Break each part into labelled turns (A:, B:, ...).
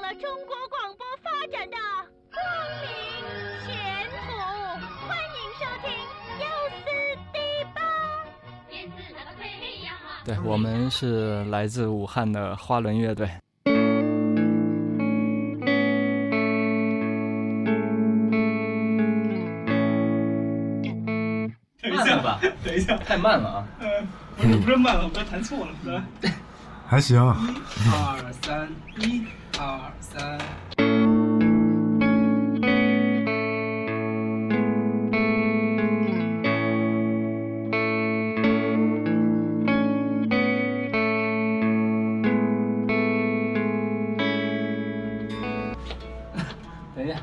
A: 了中国广播发展的光明前途。欢迎收听优思迪吧。燕子那个飞呀，
B: 对我们是来自武汉的花轮乐队。
C: 等一下，
B: 吧，
C: 等一下，
B: 太慢了啊！
C: 呃，不是不是慢了，我刚弹错了。来，
D: 还行，
C: 一二三，一二三。
B: 等一下，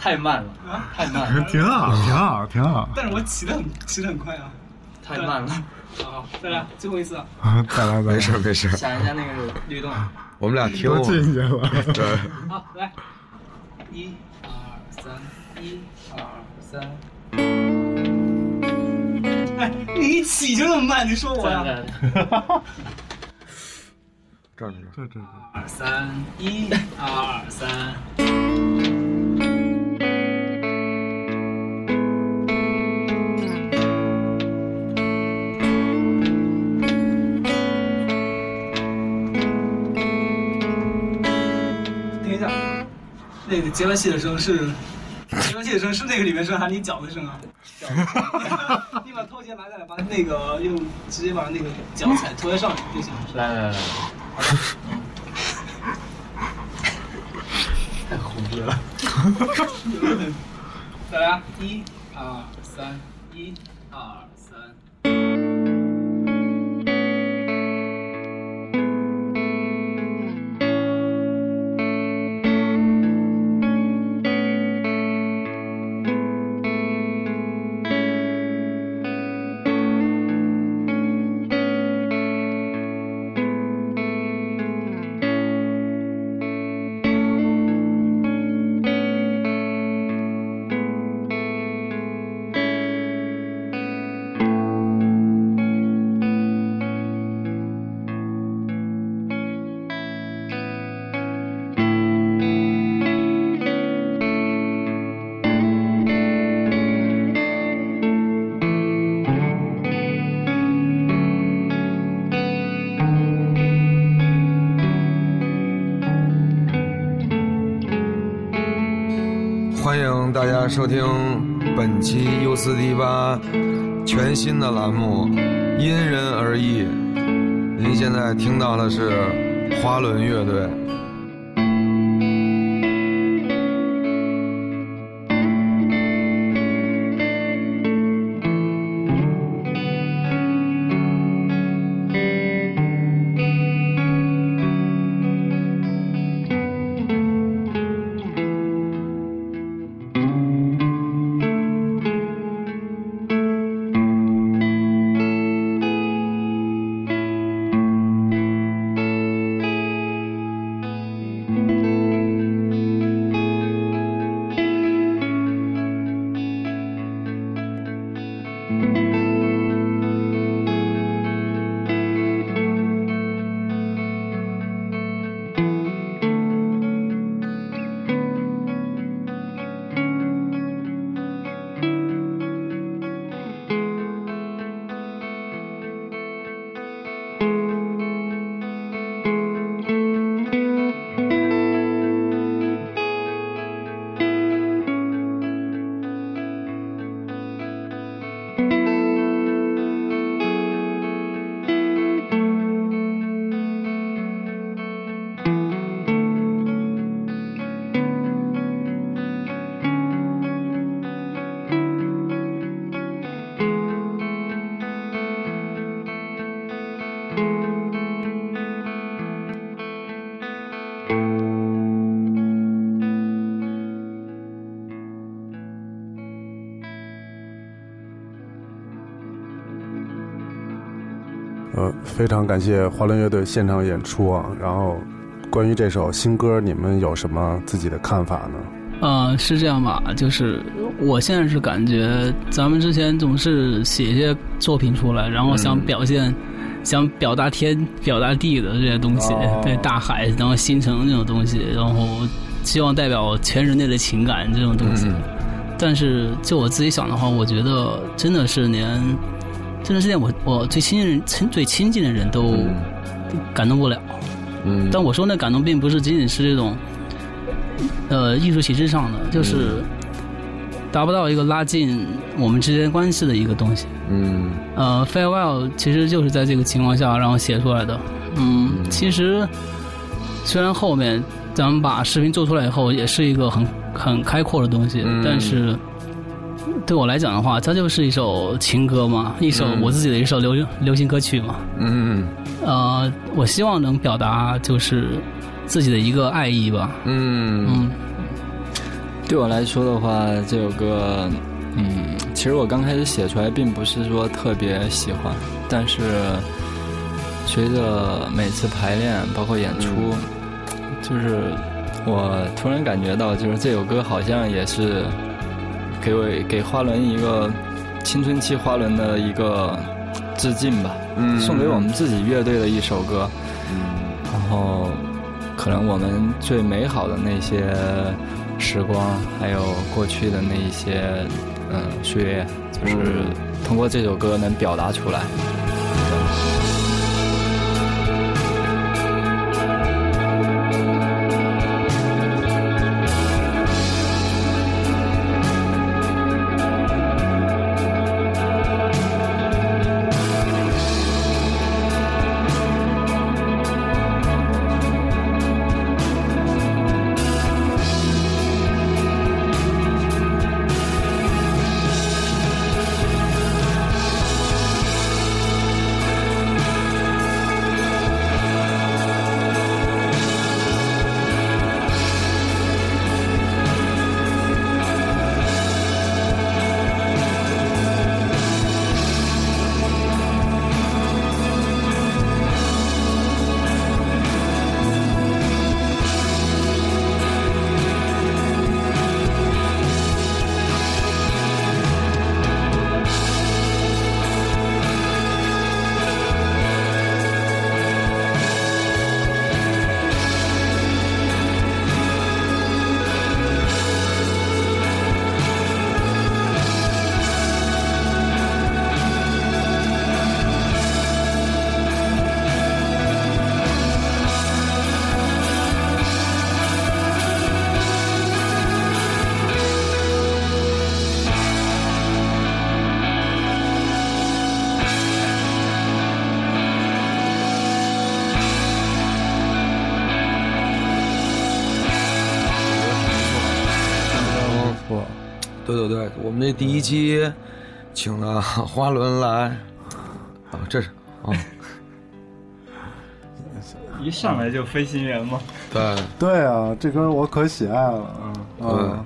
B: 太慢了，
C: 啊
B: 太慢了，
D: 挺好，挺好，挺好。
C: 但是我起的很起的很快啊。
B: 太慢了！
C: 好，再来最后一次啊。
D: 再来，再来
E: 没事，没事，
B: 想一下那个律动，
E: 我们俩听
D: 都
E: 了。
D: 进去了。
E: 对，
C: 好，来，一二三，一二三。哎，你起就那么慢，你说我呀？
B: 在
E: 这儿呢，这
D: 这
E: 儿
D: 这
C: 二三一，二三。等一下，那个结完戏的声是，结完戏的声是那个里面声还是你脚的声啊？你把拖鞋拿下来，把那个用直接把那个脚踩拖鞋上去就行了。
B: 来来来来，太胡逼了！
C: 大家一二三，一二三。
E: 欢迎大家收听本期 U 四 D 八全新的栏目《因人而异》。您现在听到的是花轮乐队。
F: 呃，非常感谢华伦乐队现场演出啊。然后，关于这首新歌，你们有什么自己的看法呢？
G: 呃，是这样吧，就是我现在是感觉咱们之前总是写一些作品出来，然后想
E: 嗯
G: 表现想表达天、表达地的这些东西，
F: 哦
G: 对大海，然后星辰这种东西，然后希望代表全人类的情感这种东西。
E: 嗯，
G: 但是就我自己想的话，我觉得真的是连，真的是连我我最亲近亲最亲近的人都感动不了。
E: 嗯，
G: 但我说那感动，并不是仅仅是这种，呃，艺术形式上的，就是达不到一个拉近我们之间关系的一个东西。
E: 嗯
G: 呃，farewell 其实就是在这个情况下然后写出来的。嗯，
E: 嗯
G: 其实虽然后面咱们把视频做出来以后，也是一个很很开阔的东西，
E: 嗯
G: 但是对我来讲的话，它就是一首情歌嘛，一首
E: 嗯
G: 我自己的一首流流行歌曲嘛。
E: 嗯
G: 呃，我希望能表达就是自己的一个爱意吧。
E: 嗯
G: 嗯
B: 对我来说的话，这首歌，嗯，其实我刚开始写出来，并不是说特别喜欢，但是随着每次排练，包括演出，就是我突然感觉到，就是这首歌好像也是给我给花轮一个青春期花轮的一个致敬吧，
E: 嗯，
B: 送给我们自己乐队的一首歌。然后可能我们最美好的那些时光，还有过去的那一些嗯岁月，就是通过这首歌能表达出来。
E: 我，对对对，我们这第一期请了花轮来，啊，这是啊，
B: 一上来就飞行员吗？
E: 对。
F: 对啊，这歌我可喜爱了，嗯
E: 嗯，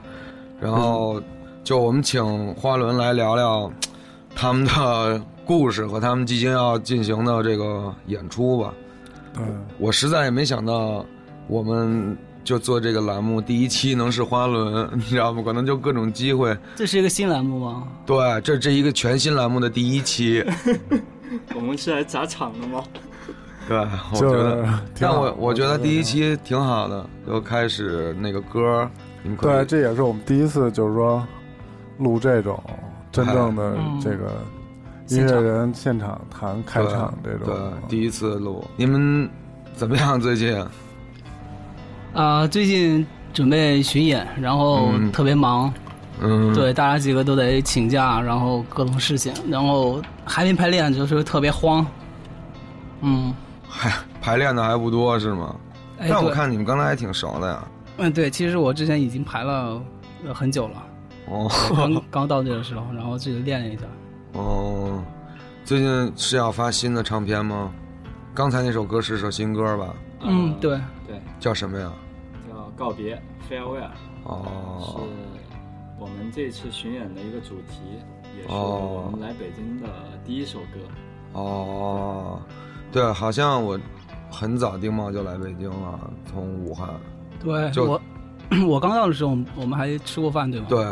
E: 然后就我们请花轮来聊聊他们的故事和他们即将要进行的这个演出吧。
F: 嗯，
E: 我实在也没想到，我们就做这个栏目第一期能是花轮，你知道吗？可能就各种机会。
G: 这是一个新栏目吗？
E: 对，这这一个全新栏目的第一期，
B: 我们是来砸场的吗？
E: 对，我觉
F: 就是
E: 得，
F: 挺
E: 但
F: 好
E: 我我觉得第一期挺好的，就开始那个歌，你们可
F: 对，啊
E: 以
F: 这也是我们第一次就是说录这种真正的这个音乐人现场弹开场这种，
E: 呃
F: 啊
E: 嗯对第一次录，你们怎么样？最近？
G: 啊、最近准备巡演，然后
E: 嗯
G: 特别忙，
E: 嗯，
G: 对，大家几个都得请假，然后各种事情，然后还没排练，就是特别慌。嗯，
E: 还排练的还不多是吗？
G: 哎，
E: 但我
G: 对，
E: 看你们刚才还挺熟的呀。
G: 嗯，对，其实我之前已经排了、呃、很久了，
E: 哦
G: 刚刚到这个时候，然后自己练了一下。
E: 哦，最近是要发新的唱片吗？刚才那首歌是首新歌吧？
G: 嗯，对，
B: 对，
E: 叫什么呀？
B: 叫告别 farewell，是
H: 呃
E: 哦，
B: 我们这次巡演的一个主题，也是
E: 哦
B: 我们来北京的第一首歌。
E: 哦，对，好像我很早丁茂就来北京了，从武汉。
G: 对
E: 就
G: 我 我刚到的时候，我们我们还吃过饭，对吗？
E: 对，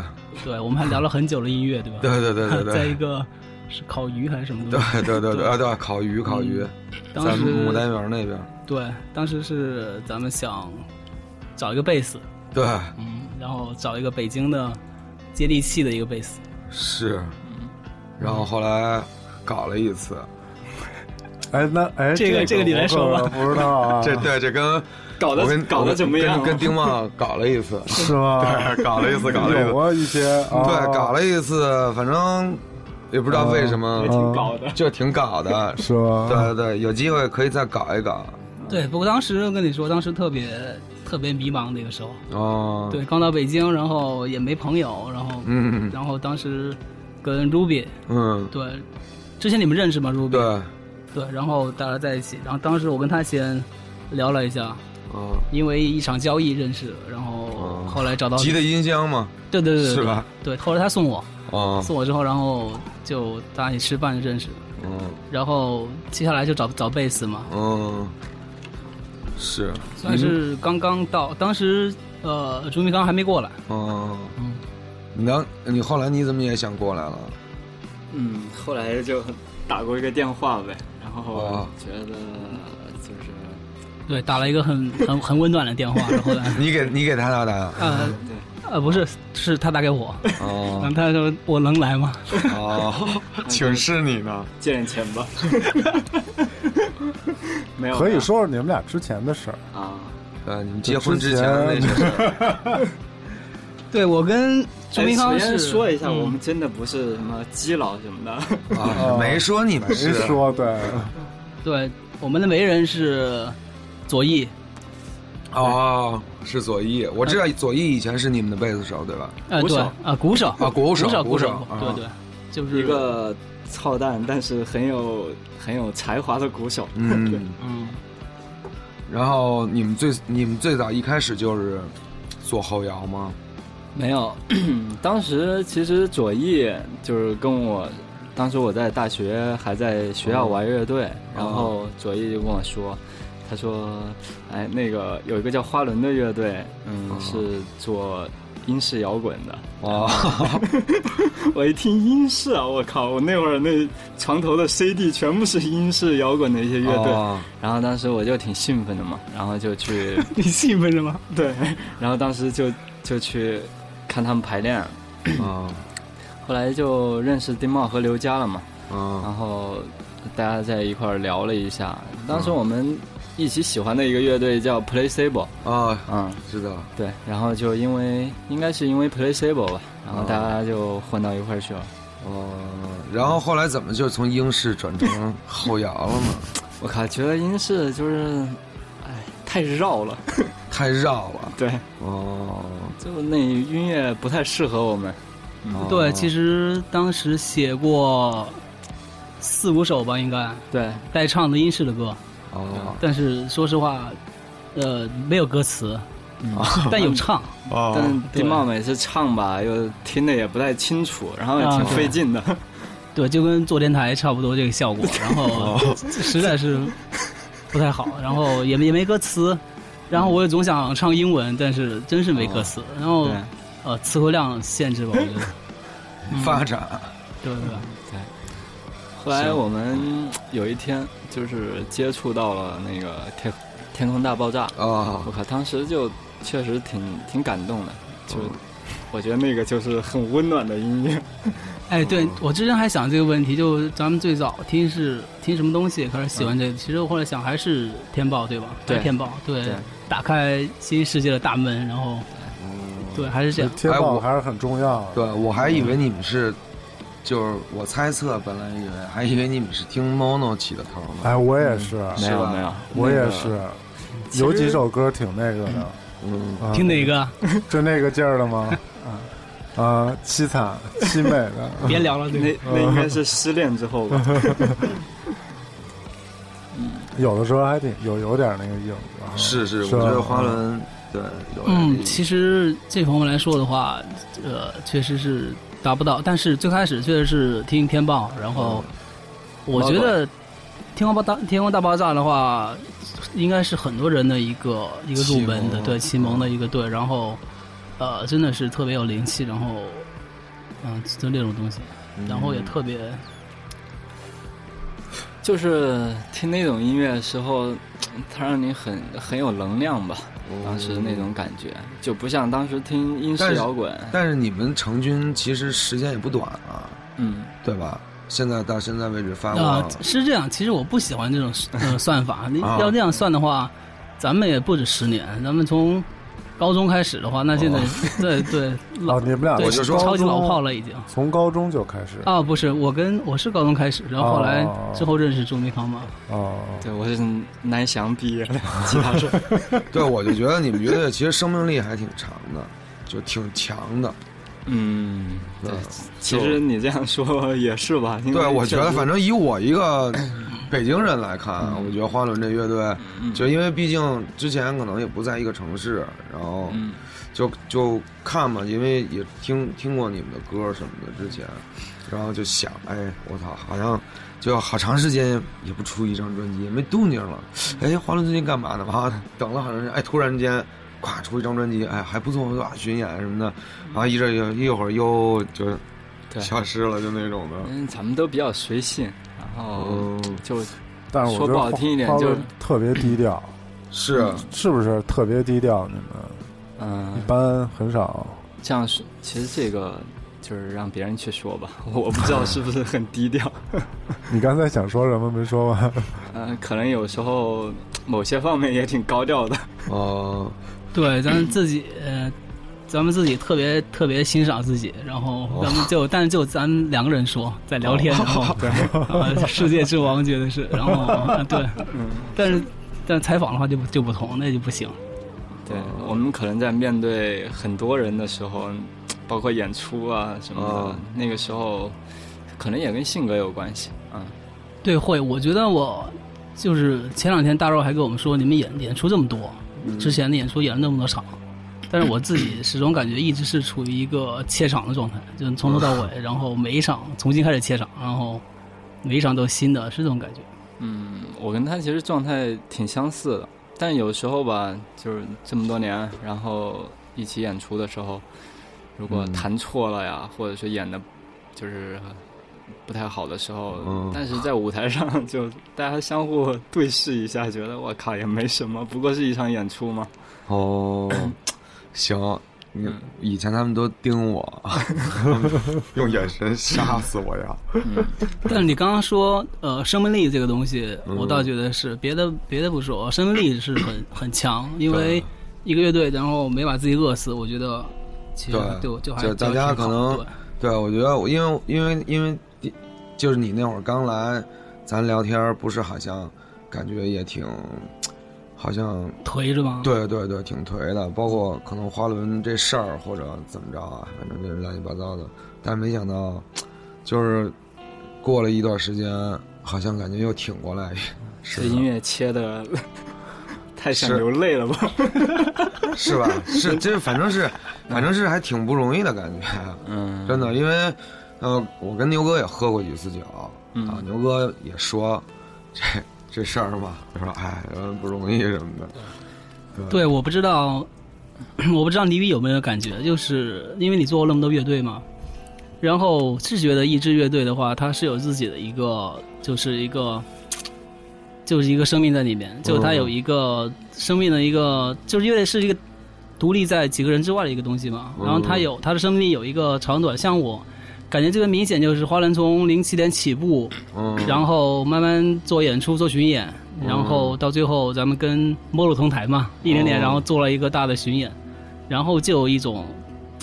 G: 对，我们还聊了很久的音乐，对吧？
E: 对对对对对
G: 在一个是烤鱼还是什么东西？
E: 对对对对啊对，烤鱼烤鱼，
G: 当
E: 咱
G: 时
E: 们牡丹园那边，
G: 对，当时是咱们想找一个贝斯，
E: 对，
G: 嗯，然后找一个北京的接地气的一个贝斯，
E: 是，然后后来搞了一次，
F: 哎，那哎，
G: 这个这个你来说吧
F: 我可不知道啊，
E: 这对这跟
H: 搞
E: 我
H: 得
E: 跟
H: 搞得怎么样啊
E: 跟？跟丁茂搞了一 次，
F: 是吧？
E: 对，搞了一次，搞了一
F: 有，
E: 次
H: 啊
F: 过一些，啊
E: 对，搞
F: 了，。
E: 了一次，反正也不知道为什么
H: 哦也，挺搞的。
E: 就挺搞 的
F: 是吧？
E: 对对，有机会可以再搞一搞。
G: 对，不过当时跟你说，当时特别特别迷茫那个时候，
E: 哦，，
G: 对，刚到北京，然后也没朋友，然后
E: 嗯
G: 然后当时跟 Ruby
E: 嗯，
G: 对，之前你们认识吗？Ruby
E: 对，
G: 对，然后大家在一起，然后当时我跟他先聊了一下，
E: 哦，
G: 因为一场交易认识的，然后后来找到
E: 吉
G: 你，
E: 的音箱嘛，
G: 对对对对，
E: 哦是吧？
G: 对，后来他送我，
E: 哦，
G: 送我之后，然后就大家一起吃饭认识的，
E: 嗯
G: 然后接下来就找找贝斯嘛，
E: 嗯，是，
G: 算是
E: 嗯
G: 刚刚到，当时呃朱明刚还没过来，
E: 嗯，
G: 嗯
E: 你能，你后来你怎么也想过来了？
H: 嗯，后来就打过一个电话呗，然后
E: 哦
H: 觉得就是
G: 对，打了一个很很很温暖的电话，然 后来，
E: 你给你给他打打呀？
G: 呃呃不是，是他打给我，然
E: 嗯 哦
G: 后他说我能来吗？
E: 哦，请示你呢。
H: 借点钱吧， 没有吧
F: 可以说说你们俩之前的事儿。
H: 啊，
E: 对，呃你们结婚之前的那些事 儿，
G: 对我跟朱明刚
H: 哎首先
G: 是
H: 说一下，
G: 嗯
H: 我们真的不是什么基佬什么的，
E: 啊，没说你们
F: 谁
E: 是，啊
F: 说对，
G: 对我们的媒人是左翼，
E: 哦，是左翼，我知道左翼以前是你们的贝斯手对吧？
G: 呃
H: 鼓
G: 对
H: 手
G: 啊鼓手
E: 啊鼓手
G: 鼓手
E: 鼓
G: 鼓
E: 手啊
G: 对对，就是
H: 一个操蛋但是很有很有才华的鼓手。
E: 嗯。
G: 嗯
E: 然后你们最你们最早一开始就是做后摇吗？
H: 没有， 当时其实左翼就是跟我，当时我在大学还在学校玩乐队，然后左翼就跟我说，他说，哎，那个有一个叫花轮的乐队，嗯，是做英式摇滚的。
E: 哦，
H: 我一听英式啊，我靠！我那会儿那床头的 CD 全部是英式摇滚的一些乐队，
E: 哦
H: 然后当时我就挺兴奋的嘛，然后就去
G: 你兴奋什么？
H: 对，然后当时就就去看他们排练，
E: 哦
H: 后来就认识丁茂和刘佳了嘛，
E: 哦
H: 然后大家在一块儿聊了一下。当时我们一起喜欢的一个乐队叫 Placebo，
E: 哦，
H: 嗯，
E: 知道了。
H: 对，然后就因为应该是因为 Placebo 吧，然后大家就混到一块儿去了。
E: 哦，然后后来怎么就从英式转成后摇了嘛？
H: 我靠，觉得音是就是，哎，太绕了，
E: 太绕了。
H: 对，
E: 哦
H: 就那音乐不太适合我们。
E: 哦
G: 对，其实当时写过四五首吧，应该
H: 对，
G: 带唱的英式的歌，
E: 哦
G: 但是说实话，呃，没有歌词，
H: 嗯
G: 但有唱，
F: 哦，
H: 但丁茂每次唱吧，又听的也不太清楚，然后也
G: 啊
H: 挺
G: 对
H: 费劲 的。
G: 对，就跟做电台差不多这个效果，然后
H: 哦
G: 实在是不太好，然后也没也没歌词，然后我也总想唱英文，但是真是没歌词，然后
H: 哦对
G: 呃词汇量限制吧，我觉得，
H: 嗯
E: 发展
G: 对对对。
H: 后来我们有一天就是接触到了那个天天空大爆炸，我
E: 哦
H: 靠，当时就确实挺挺感动的，就、我觉得那个就是很温暖的音乐。
G: 哎，对我之前还想这个问题，就咱们最早听是听什么东西开始喜欢这个，其实我后来想还是天豹对吧？
H: 对
G: 还是天豹对
H: 对
G: 打开新世界的大门，然后对，还是这样。
F: 天
E: 哎
F: 报
E: 我
F: 还是很重要的。
E: 对，我还以为你们是，就是我猜测，本来以为还以为你们是听 Mono 起的头呢。
F: 哎，我也
G: 嗯
F: 是，
H: 没
E: 是
H: 有
E: 吧
H: 没有，
F: 我
H: 那
F: 也
H: 个
F: 是，有几首歌挺那个的。
E: 嗯，
F: 啊
G: 听哪个？
F: 就那个劲儿了吗？ 啊啊，凄惨凄美的，
G: 别聊了，对。
H: 那那应该是失恋之后吧。
F: 有的时候还挺有有点那个影子啊。
E: 是是，我
F: 是吧
E: 觉得花轮对有点
G: 嗯，
E: 力
G: 其实这方面来说的话，呃，确实是达不到。但是最开始确实是听天豹，然后
E: 嗯
G: 我觉得《天空爆大天空大爆炸》的话，应该是很多人的一个一个入门
E: 启
G: 的，
E: 蒙嗯
G: 对启蒙的一个对。然后，呃，真
E: 嗯
G: 的是特别有灵气，然后，嗯、就那种东西，然后也特别
H: 就是听那种音乐的时候，它让你很很有能量吧，
E: 嗯
H: 当时那种感觉，就不像当时听英
E: 但
H: 式
E: 是
H: 摇滚，
E: 但是你们成军其实时间也不短啊，
H: 嗯，
E: 对吧？现在到现在为止发过
G: 啊、
E: 了
G: 是这样。其实我不喜欢这种、呃、算法。你
E: 啊
G: 要这样算的话，咱们也不止十年，咱们从高中开始的话，那现在、 对对老
F: 哦，你们俩
G: 对
E: 我就说
G: 超级老炮
F: 了，
G: 了已经。
F: 从高中就开始
G: 啊，不是，我跟我是高中开始，然后后来
F: 哦
G: 之后认识朱明康嘛。
F: 哦，
H: 对我是南翔毕业 的，其他是
E: 对，我就觉得你们乐队其实生命力还挺长的，就挺强的。
H: 嗯，对
E: 嗯，
H: 其实你这样说也是吧，因为
E: 对，我觉得
H: 确实
E: 反正以我一个北京人来看，啊我觉得花轮这乐队，
H: 嗯
E: 就因为毕竟之前可能也不在一个城市，然后
H: 嗯
E: 就就看嘛，因为也听听过你们的歌什么的之前，然后就想，哎，我操，好像就好长时间也不出一张专辑，也没动静了。哎，花轮最近干嘛呢？啊，等了好长时间，哎，突然间。咵出一张专辑，哎，还不错，不错，啊巡演什么的，然后一阵又一会儿又就
H: 对
E: 消失了，就那种的。
H: 嗯，咱们都比较随性，然后
E: 哦
H: 就
F: 但是我觉得
H: 说不好听一点
F: 花花
H: 就是
F: 轮特别低调，
E: 是，啊
F: 是不是特别低调？你们
H: 嗯
F: 一，般很少，
H: 这样是其实这个就是让别人去说吧， 我不知道是不是很低 调，
F: 你刚才想说什么没说完？
H: 嗯，可能有时候某些方面也挺高调 的，
E: 哦，
G: 对，咱们自己，呃，咱们自己特别特别欣赏自己，然后咱们就，但是就咱们两个人说在聊天，然后对，呃世界之王绝对是，然后呃对，但是但采访的话就不就不同，那就不行。
H: 对
E: 哦
H: 我们可能在面对很多人的时候，包括演出啊什么的，
E: 哦
H: 那个时候可能也跟性格有关系，嗯，
G: 对，会，我觉得我就是前两天大肉还跟我们说，你们演演出这么多，之前的演出演了那么多场，但是我自己始终感觉一直是处于一个切场的状态，就是从头到尾，然后每一场重新开始切场，然后每一场都是新的，是这种感觉。
H: 嗯，我跟他其实状态挺相似的，但有时候吧，就是这么多年，然后一起演出的时候，如果
E: 嗯
H: 弹错了呀，或者是演的，就是不太好的时候，
E: 嗯
H: 但是在舞台上 就大家相互对视一下，觉得我靠也没什么，不过是一场演出嘛。
E: 哦，行，你以前他们都盯我， 用眼神杀死我呀！
G: 但是你刚刚说，呃，生命力这个东西，我倒觉得是别的别的不说，生命力是很很强，因为一个乐队，然后没把自己饿死，我觉得其实
E: 对
G: 就就还
E: 就大家可能
G: 对
E: 对，啊我觉得我因为因为因为就是你那会儿刚来，咱聊天儿不是好像感觉也挺，好像
G: 颓着吗？
E: 对对对，挺颓的。包括可能花轮这事儿或者怎么着啊，反正就是乱七八糟的。但是没想到，就是过了一段时间，好像感觉又挺过来。是
H: 这
E: 的
H: 音乐切的 太想
E: 是
H: 流泪了吧？
E: 是吧？是，这反正 是，反正是还挺不容易的感觉，啊
H: 嗯，
E: 真的。因为，呃，我跟牛哥也喝过几次酒，
H: 嗯
E: 啊，牛哥也说这这事儿嘛，就说哎，呃不容易什么的。
G: 对，我不知道，我不知道倪宇有没有感觉，就是因为你做过那么多乐队嘛，然后是觉得一支乐队的话，它是有自己的一个，就是一个，就是一个生命在里面，就它有一个生命的一个，就是乐队是一个独立在几个人之外的一个东西嘛，然后它有它的生命力有一个长短，像我。感觉这个明显就是花轮从零七年起步，
E: 嗯，
G: 然后慢慢做演出、做巡演，然后到最后咱们跟摩鲁同台嘛，一零年，
E: 哦
G: 然后做了一个大的巡演，然后就有一种，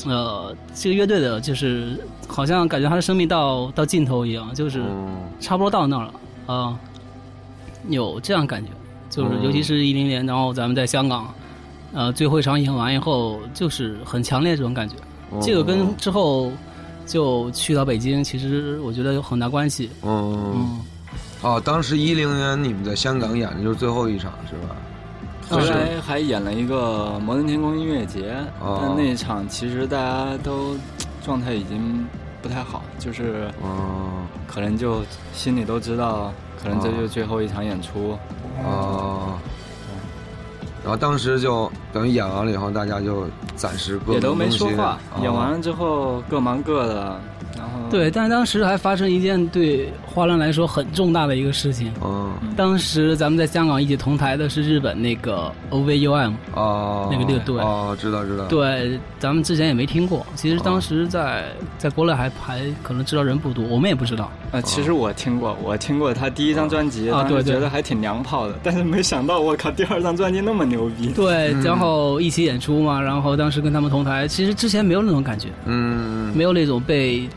G: 呃，这个乐队的就是好像感觉他的生命到到尽头一样，就是
E: 嗯
G: 差不多到那儿了啊、有这样感觉，就是
E: 哦
G: 尤其是一零年，然后咱们在香港，呃，最后一场演完以后，就是很强烈这种感觉。
E: 哦嗯
G: 这个跟之后就去到北京，其实我觉得有很大关系，
E: 嗯
G: 嗯。
E: 哦，当时一零年你们在香港演的就是最后一场是吧？嗯
H: 后来还演了一个摩登天空音乐节，
E: 哦
H: 但那一场其实大家都状态已经不太好，就是
E: 嗯，
H: 可能就心里都知道，可能这就是最后一场演出。
E: 哦，然后当时就等于演完了以后，大家就暂时各
H: 也都
E: 忙
H: 没
E: 东
H: 说
E: 西
H: 话。
E: 啊
H: 演完了之后各忙各的，然后
G: 对，但是当时还发生一件对花篮来说很重大的一个事情。
E: 嗯
G: 当时咱们在香港一起同台的是日本那个 OVUM，
E: 哦，
G: 那个乐队
E: 哦，知道知道，
G: 对，咱们之前也没听过。其实当时在在国内还还可能知道人不多，我们也不知道。
H: 呃，其实我听过，我听过他第一张专辑，
G: 啊
H: 当时
G: 对对
H: 觉得还挺娘炮的，但是没想到我靠，第二张专辑那么牛逼。
G: 对，然后一起演出嘛，然后当时跟他们同台，其实之前没有那种感觉，
E: 嗯，
G: 没有那种被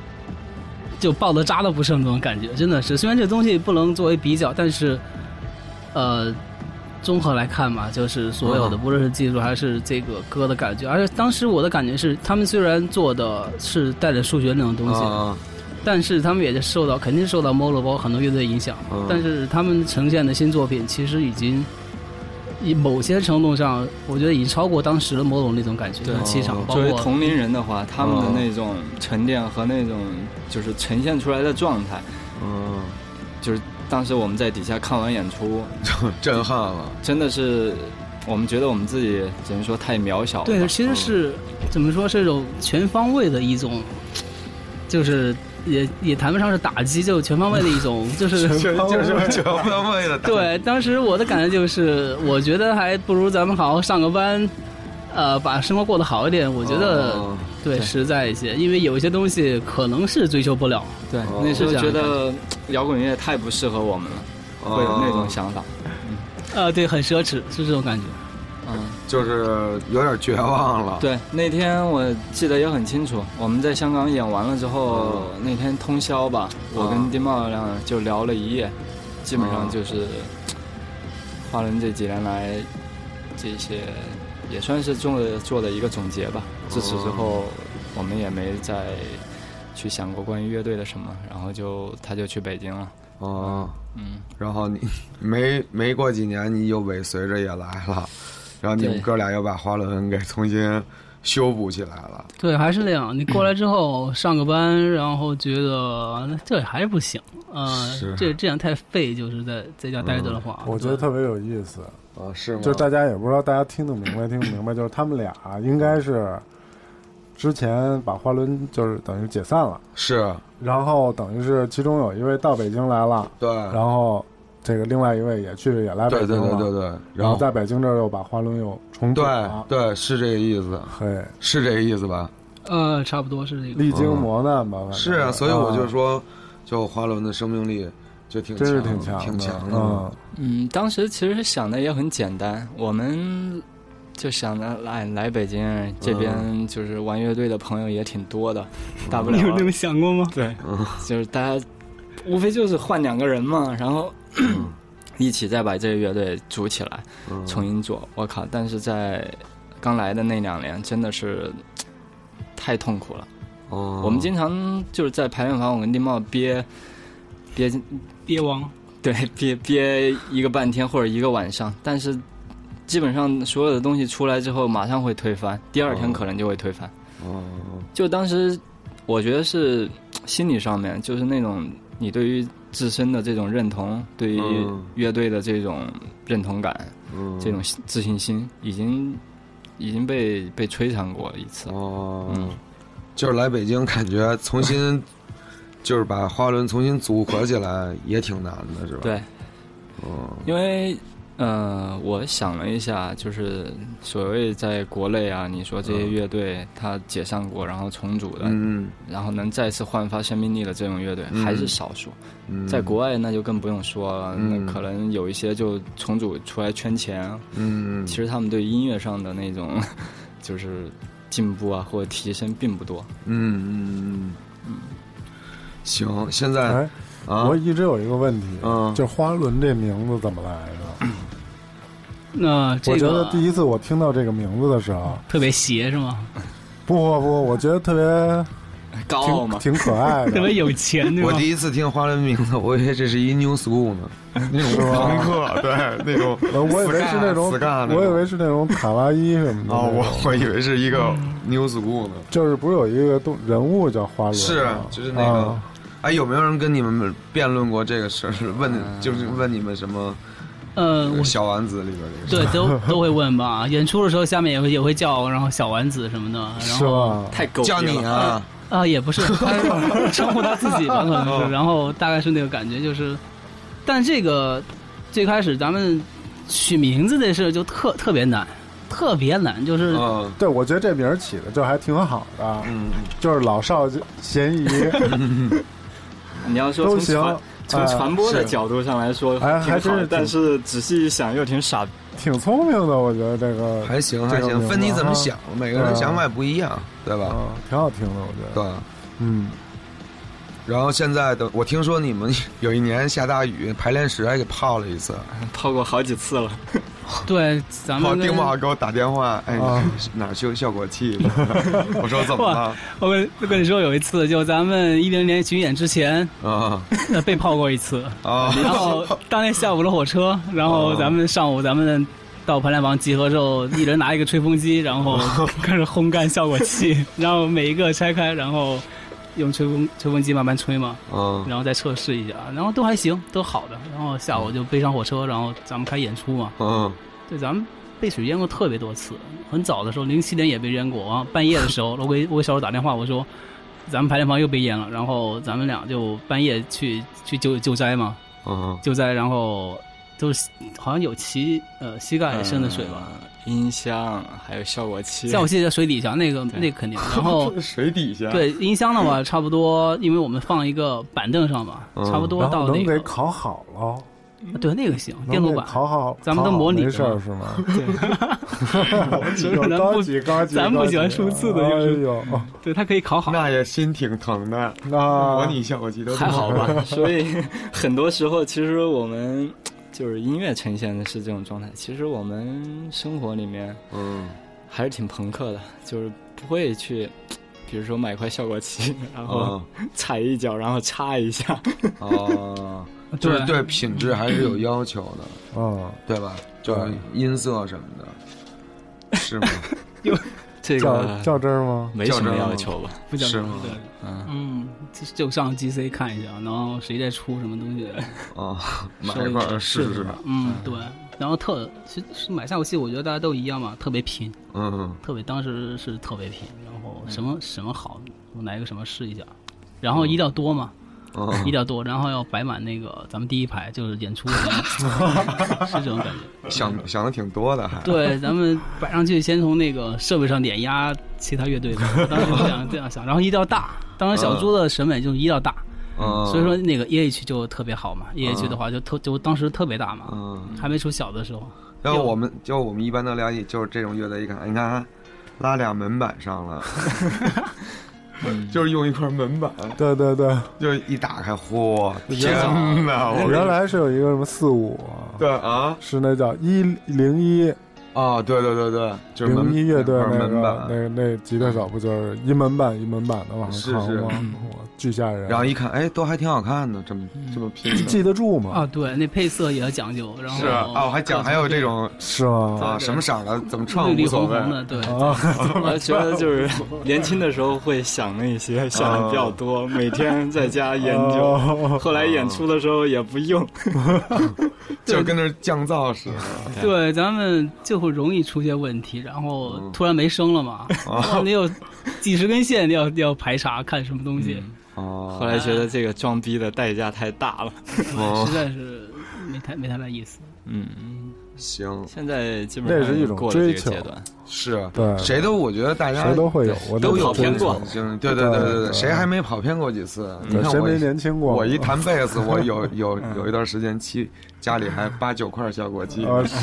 G: 就抱得渣都不剩那种感觉，真的是。虽然这东西不能作为比较，但是呃，综合来看嘛，就是所有的，
E: 嗯
G: 不论是技术还是这个歌的感觉，而且当时我的感觉是，他们虽然做的是带着数学那种东西，
E: 啊
G: 但是他们也是受到肯定受到 Molo 包括很多乐队影响，
E: 嗯
G: 但是他们呈现的新作品其实已经。以某些程度上，我觉得已超过当时的某种那种感觉，
H: 对
G: 就是气场，包
H: 作为
G: 括
H: 同龄人的话，他们的
E: 哦
H: 那种沉淀和那种就是呈现出来的状态，
E: 嗯，
H: 就是当时我们在底下看完演出，
E: 就震撼了，
H: 真的是我们觉得我们自己只能说太渺小了吧。
G: 对，其实是怎么说是一种全方位的一种，就是也也谈不上是打击，就全方位的一种，就是
E: 就就是全方位的，
G: 对。当时我的感觉就是，我觉得还不如咱们好好上个班，呃，把生活过得好一点。我觉得、
E: 哦
G: 对实在一些，因为有一些东西可能是追求不了。
H: 对
E: 哦，
H: 那时候
G: 是这样
H: 觉
G: 的
H: 得摇滚乐太不适合我们了，会有那种，
E: 哦
H: 想法。
G: 呃，对，很奢侈，是这种感觉。
H: 嗯，
E: 哦就是有点绝望了，
H: 对，那天我记得也很清楚，我们在香港演完了之后，那天通宵吧，我
E: 哦
H: 跟丁茂亮就聊了一夜，基本上就是花轮这几年来这些也算是做了做的一个总结吧。自此之后，我们也没再去想过关于乐队的什么，然后就他就去北京了，
E: 哦，
H: 嗯，
E: 然后你没没过几年，你又尾随着也来了，然后你们
H: 对
E: 哥俩又把花轮给重新修补起来了，
G: 对，还是那样。你过来之后上个班，然后觉得这还是不行，呃
E: 是，
G: 这这样太废，就是在在家待着的话，
F: 嗯我觉得特别有意思，
E: 啊，是吗？
F: 就是大家也不知道大家听得明白听不明白，就是他们俩应该是之前把花轮就是等于解散了，
E: 是
F: 然后等于是其中有一位到北京来了，
E: 对，
F: 然后这个另外一位也去也来北
E: 对
F: 京
E: 嗯对对
F: 了，
E: 对对，
F: 然后在北京这儿又把花轮又重组了
E: 对，对是这个意思，
F: 嘿，
E: 是这个意思吧？
G: 呃，差不多是这个。
F: 历经磨难吧，反正
E: 是啊，所以我就
F: 啊
E: 说，就花轮的生命力就挺
F: 真是
E: 挺
F: 挺强的，
E: 挺强
F: 嗯
E: 的，，
H: 嗯，当时其实想的也很简单，我们就想着来来北京这边，就是玩乐队的朋友也挺多的， 大不了
G: 想过吗？
H: 对，就是大家无非就是换两个人嘛，然后 一起再把这个乐队组起来，
E: 嗯
H: 重新做。我靠！但是在刚来的那两年，真的是太痛苦了。
E: 哦
H: 我们经常就是在排练房，我跟丁茂憋憋
G: 憋王，
H: 对，憋憋一个半天或者一个晚上，但是基本上所有的东西出来之后，马上会推翻，第二天可能就会推翻。
E: 哦
H: 就当时我觉得是心理上面，就是那种你对于自身的这种认同，对于
E: 嗯
H: 乐队的这种认同感，
E: 嗯
H: 这种自信心，已经已经被被摧残过一次了。
E: 哦，
H: 嗯，
E: 就是来北京，感觉重新 就是把花轮重新组合起来也挺难的，是吧？，
H: 对，
E: 嗯
H: 因为呃，我想了一下，就是所谓在国内啊，你说这些乐队它解散过，然后重组的，
E: 嗯
H: 然后能再次焕发生命力的这种乐队
E: 嗯
H: 还是少数。
E: 嗯，
H: 在国外那就更不用说了，
E: 嗯
H: 那可能有一些就重组出来圈钱，啊
E: 嗯，
H: 其实他们对音乐上的那种 就是进步啊或者提升并不多。
E: 嗯嗯嗯行，现在
F: 哎，
E: 啊
F: 我一直有一个问题，
E: 嗯
F: 就花轮这名字怎么来的？
G: 那这
F: 我觉
G: 个
F: 得第一次我听到这个名字的时候，
G: 特别邪是吗？
F: 不不不，我觉得特别
H: 高傲嘛
F: 挺，挺可爱
G: 特别
F: 的，
G: 有钱对
E: 我
G: 吧？
E: 第一次听花轮名字，我以为这是一 new school 呢，那种
F: 吧，
E: 朋克，对那种
F: 呃我以为是那种，
E: Ska 那种
F: 我以为是那种卡哇伊什么的
E: 哦，
F: 那种。嗯
E: 我我以为是一个 new school 呢，
F: 就是不是有一个动人物叫花轮吗？
E: 是啊就是那个
F: 啊， 嗯
E: 哎，有没有人跟你们辩论过这个事儿？问就是问你们什么？
G: 呃，我
E: 小丸子里边这个。
G: 对都都会问吧，演出的时候下面也会也会叫，然后小丸子什么的，然
F: 是
G: 后
F: 吧？
H: 太狗
E: 叫
H: 逼
E: 你
H: 了
E: 啊，
G: 啊，也不是，他称呼他自己 吧，可
E: 哦
G: 能是，然后大概是那个感觉，就是，但这个最开始咱们取名字这事儿就特特别难，特别难，就是、
E: 嗯
F: 对，我觉得这名儿起的就还挺好的，
E: 嗯，
F: 就是老少咸宜
H: 你要说
F: 都
H: 从
F: 行
H: 传。从
F: 哎
H: 传播的
E: 是
H: 角度上来说，
F: 哎
H: 挺
F: 还真
H: 好
F: 是
H: 的，但
F: 挺
H: 是仔细一想又挺傻逼。
F: 挺聪明的，我觉得这个
E: 还行还
F: 这个
E: 行，
F: 名
E: 分你
F: 字
E: 怎么
F: 啊
E: 想，每个人
F: 嗯
E: 想法也不一样，对吧？
F: 嗯，挺好听的，我觉得。
E: 对。
F: 嗯，
E: 然后现在的我听说你们 有一年下大雨，排练室还给泡了一次，
H: 泡过好几次了，
G: 对咱
E: 好
G: 们
E: 丁
G: 跟
E: 不好给我打电话，哎
F: 啊，
E: 哪儿修效果器了？ 我说怎 么了？
G: 我跟我跟你说有一次，就咱们一零年巡演之前、
E: 啊
G: 呃 被泡过一次，
E: 啊！
G: 然后当天下午的火车，然后咱们上午咱们。到排练房集合之后，一人拿一个吹风机，然后 开始烘干效果器，然后每一个拆开，然后用吹风吹风机慢慢吹嘛，
E: 嗯
G: 然后再测试一下，然后都还行，都好的。然后下午就背上火车，然后咱们开演出嘛。
E: 嗯，
G: 对，咱们被水淹过特别多次，很早的时候，零七年也被淹过。然后半夜的时候，我给我给小时候打电话，我说咱们排练房又被淹了，然后咱们俩就半夜去去救救灾嘛，
E: 嗯
G: 救灾，然后都是好像有膝呃膝盖深的水吧，
H: 嗯，音箱还有效果器，
G: 像我记得水底下那个
H: 嗯对
G: 那肯定，然后
E: 水底
C: 啊
E: 下，
G: 对音箱的话，差不多，因为我们放一个板凳上嘛，
E: 嗯
G: 差不多啊
F: 然
G: 到
F: 后能
G: 那
F: 给
G: 个
F: 烤好了，
G: 对那个行
F: 能
G: 电路
F: 给
G: 板，
F: 烤好，
G: 咱们都模
F: 烤好没
G: 拟的
F: 事儿是 吗？
G: 真
F: 有
G: 是咱
F: 高
G: 不
F: 级高级，
G: 咱不
F: 高级
G: 喜欢数字的
F: 哎
G: 就是
F: 呦，
G: 对它可以烤好。
E: 那也心挺疼的。
F: 那
E: 效果器都
H: 还好吧。 所以很多时候，其实我们就是音乐呈现的是这种状态，其实我们生活里面
E: 嗯，
H: 还是挺朋克的，就是不会去。比如说买块效果器，然后
E: 哦
H: 踩一脚，然后插一下，
E: 哦， 就是对品质还是有要求的，
F: 嗯，
E: 对吧？就是音色什么的，是吗？
H: 这
F: 较
H: 个
F: 较真儿吗？
H: 没什
E: 较真
H: 么
E: 儿
H: 要
E: 吗
H: 求吧？
G: 不讲
E: 是
G: 什么
E: 吗
G: 对
H: 嗯，
G: 嗯，就就上 GC 看一下，然后谁在出什么东西，
E: 啊，买
G: 稍微
E: 一块儿试
G: 试
E: 试
G: 吧。。嗯，对。然后特其实买下游戏，我觉得大家都一样嘛，特别拼，
E: 嗯，
G: 特别当时是特别拼，然后什么什么好，我来一个什么试一下，然后一定要多嘛，
E: 嗯，
G: 一定要多，然后要摆满那个 咱们第一排就是演出，是这种感觉。
E: 想想的挺多的，还
G: 对，咱们摆上去，先从那个设备上碾压其他乐队吧。当时就这样这样想，然后一定要大。当时小猪的审美就是一定要大，
E: 嗯，
G: 所以说那个 E H 就特别好嘛。E H 的话就特就当时特别大嘛，
E: 哦嗯，
G: 还没出小的时候。
E: 然后我们就我们一般都了解，就是这种乐队一看，你看啊拉俩门板上了，就是用一块门板，
F: 对对对，
E: 哎就是一打开，嚯，天
H: 原来
E: 哪！我
F: 原来是有一个什么四五啊，
E: 对啊，
F: 是那叫一零一
E: 哦，对对对对，就是门
F: 零一乐队
E: 那块
F: 那
E: 门
F: 个
E: 板，
F: 那那吉他手不就是一门板一门板的往上扛
E: 是是
F: 吗？我巨吓人。
E: 然后一看，哎，都还挺好看的，这么这么拼的，
F: 记得住吗？
G: 啊，对，那配色也要讲究，然后
E: 是啊，哦还讲还有这种
F: 是吗？
E: 啊什么色儿的，怎么
G: 绿
E: 创
G: 绿
E: 无所
G: 红
E: 谓
G: 红的，对，
F: 啊，
H: 我还觉得就是 年轻的时候会想那些，想的
E: 哦
H: 比较多，每天在家研究。
F: 哦
H: 后来演出的时候也不用，
E: 就跟那儿降噪似啊
G: 对，咱们就会容易出现问题，然后
E: 嗯
G: 突然没声了嘛，然
E: 哦
G: 后你有几十根线要要排查看什么东西，
E: 的。
H: 后
E: 哦，
H: 来觉得这个装逼的代价太大了。
E: 哦
G: 实在是没太没太大意思。
H: 嗯，
E: 行，
H: 现在基本
F: 那是一种
H: 上过了这
F: 追
H: 个
F: 求
H: 阶段，
E: 是，啊
F: 对，
E: 谁都我觉得大家
F: 谁都会有，我
E: 都
H: 都
E: 有
H: 跑偏
E: 这种
H: 过
E: 经历对对对
F: 对
E: 对对，
F: 对
E: 谁还没跑偏过几次？你
F: 对
E: 看
F: 谁
E: 我
F: 没
E: 一
F: 年轻过？
E: 我一 弹贝斯，我有有有一段时间期家里还八九块效果器，
F: 啊
E: 有
F: 是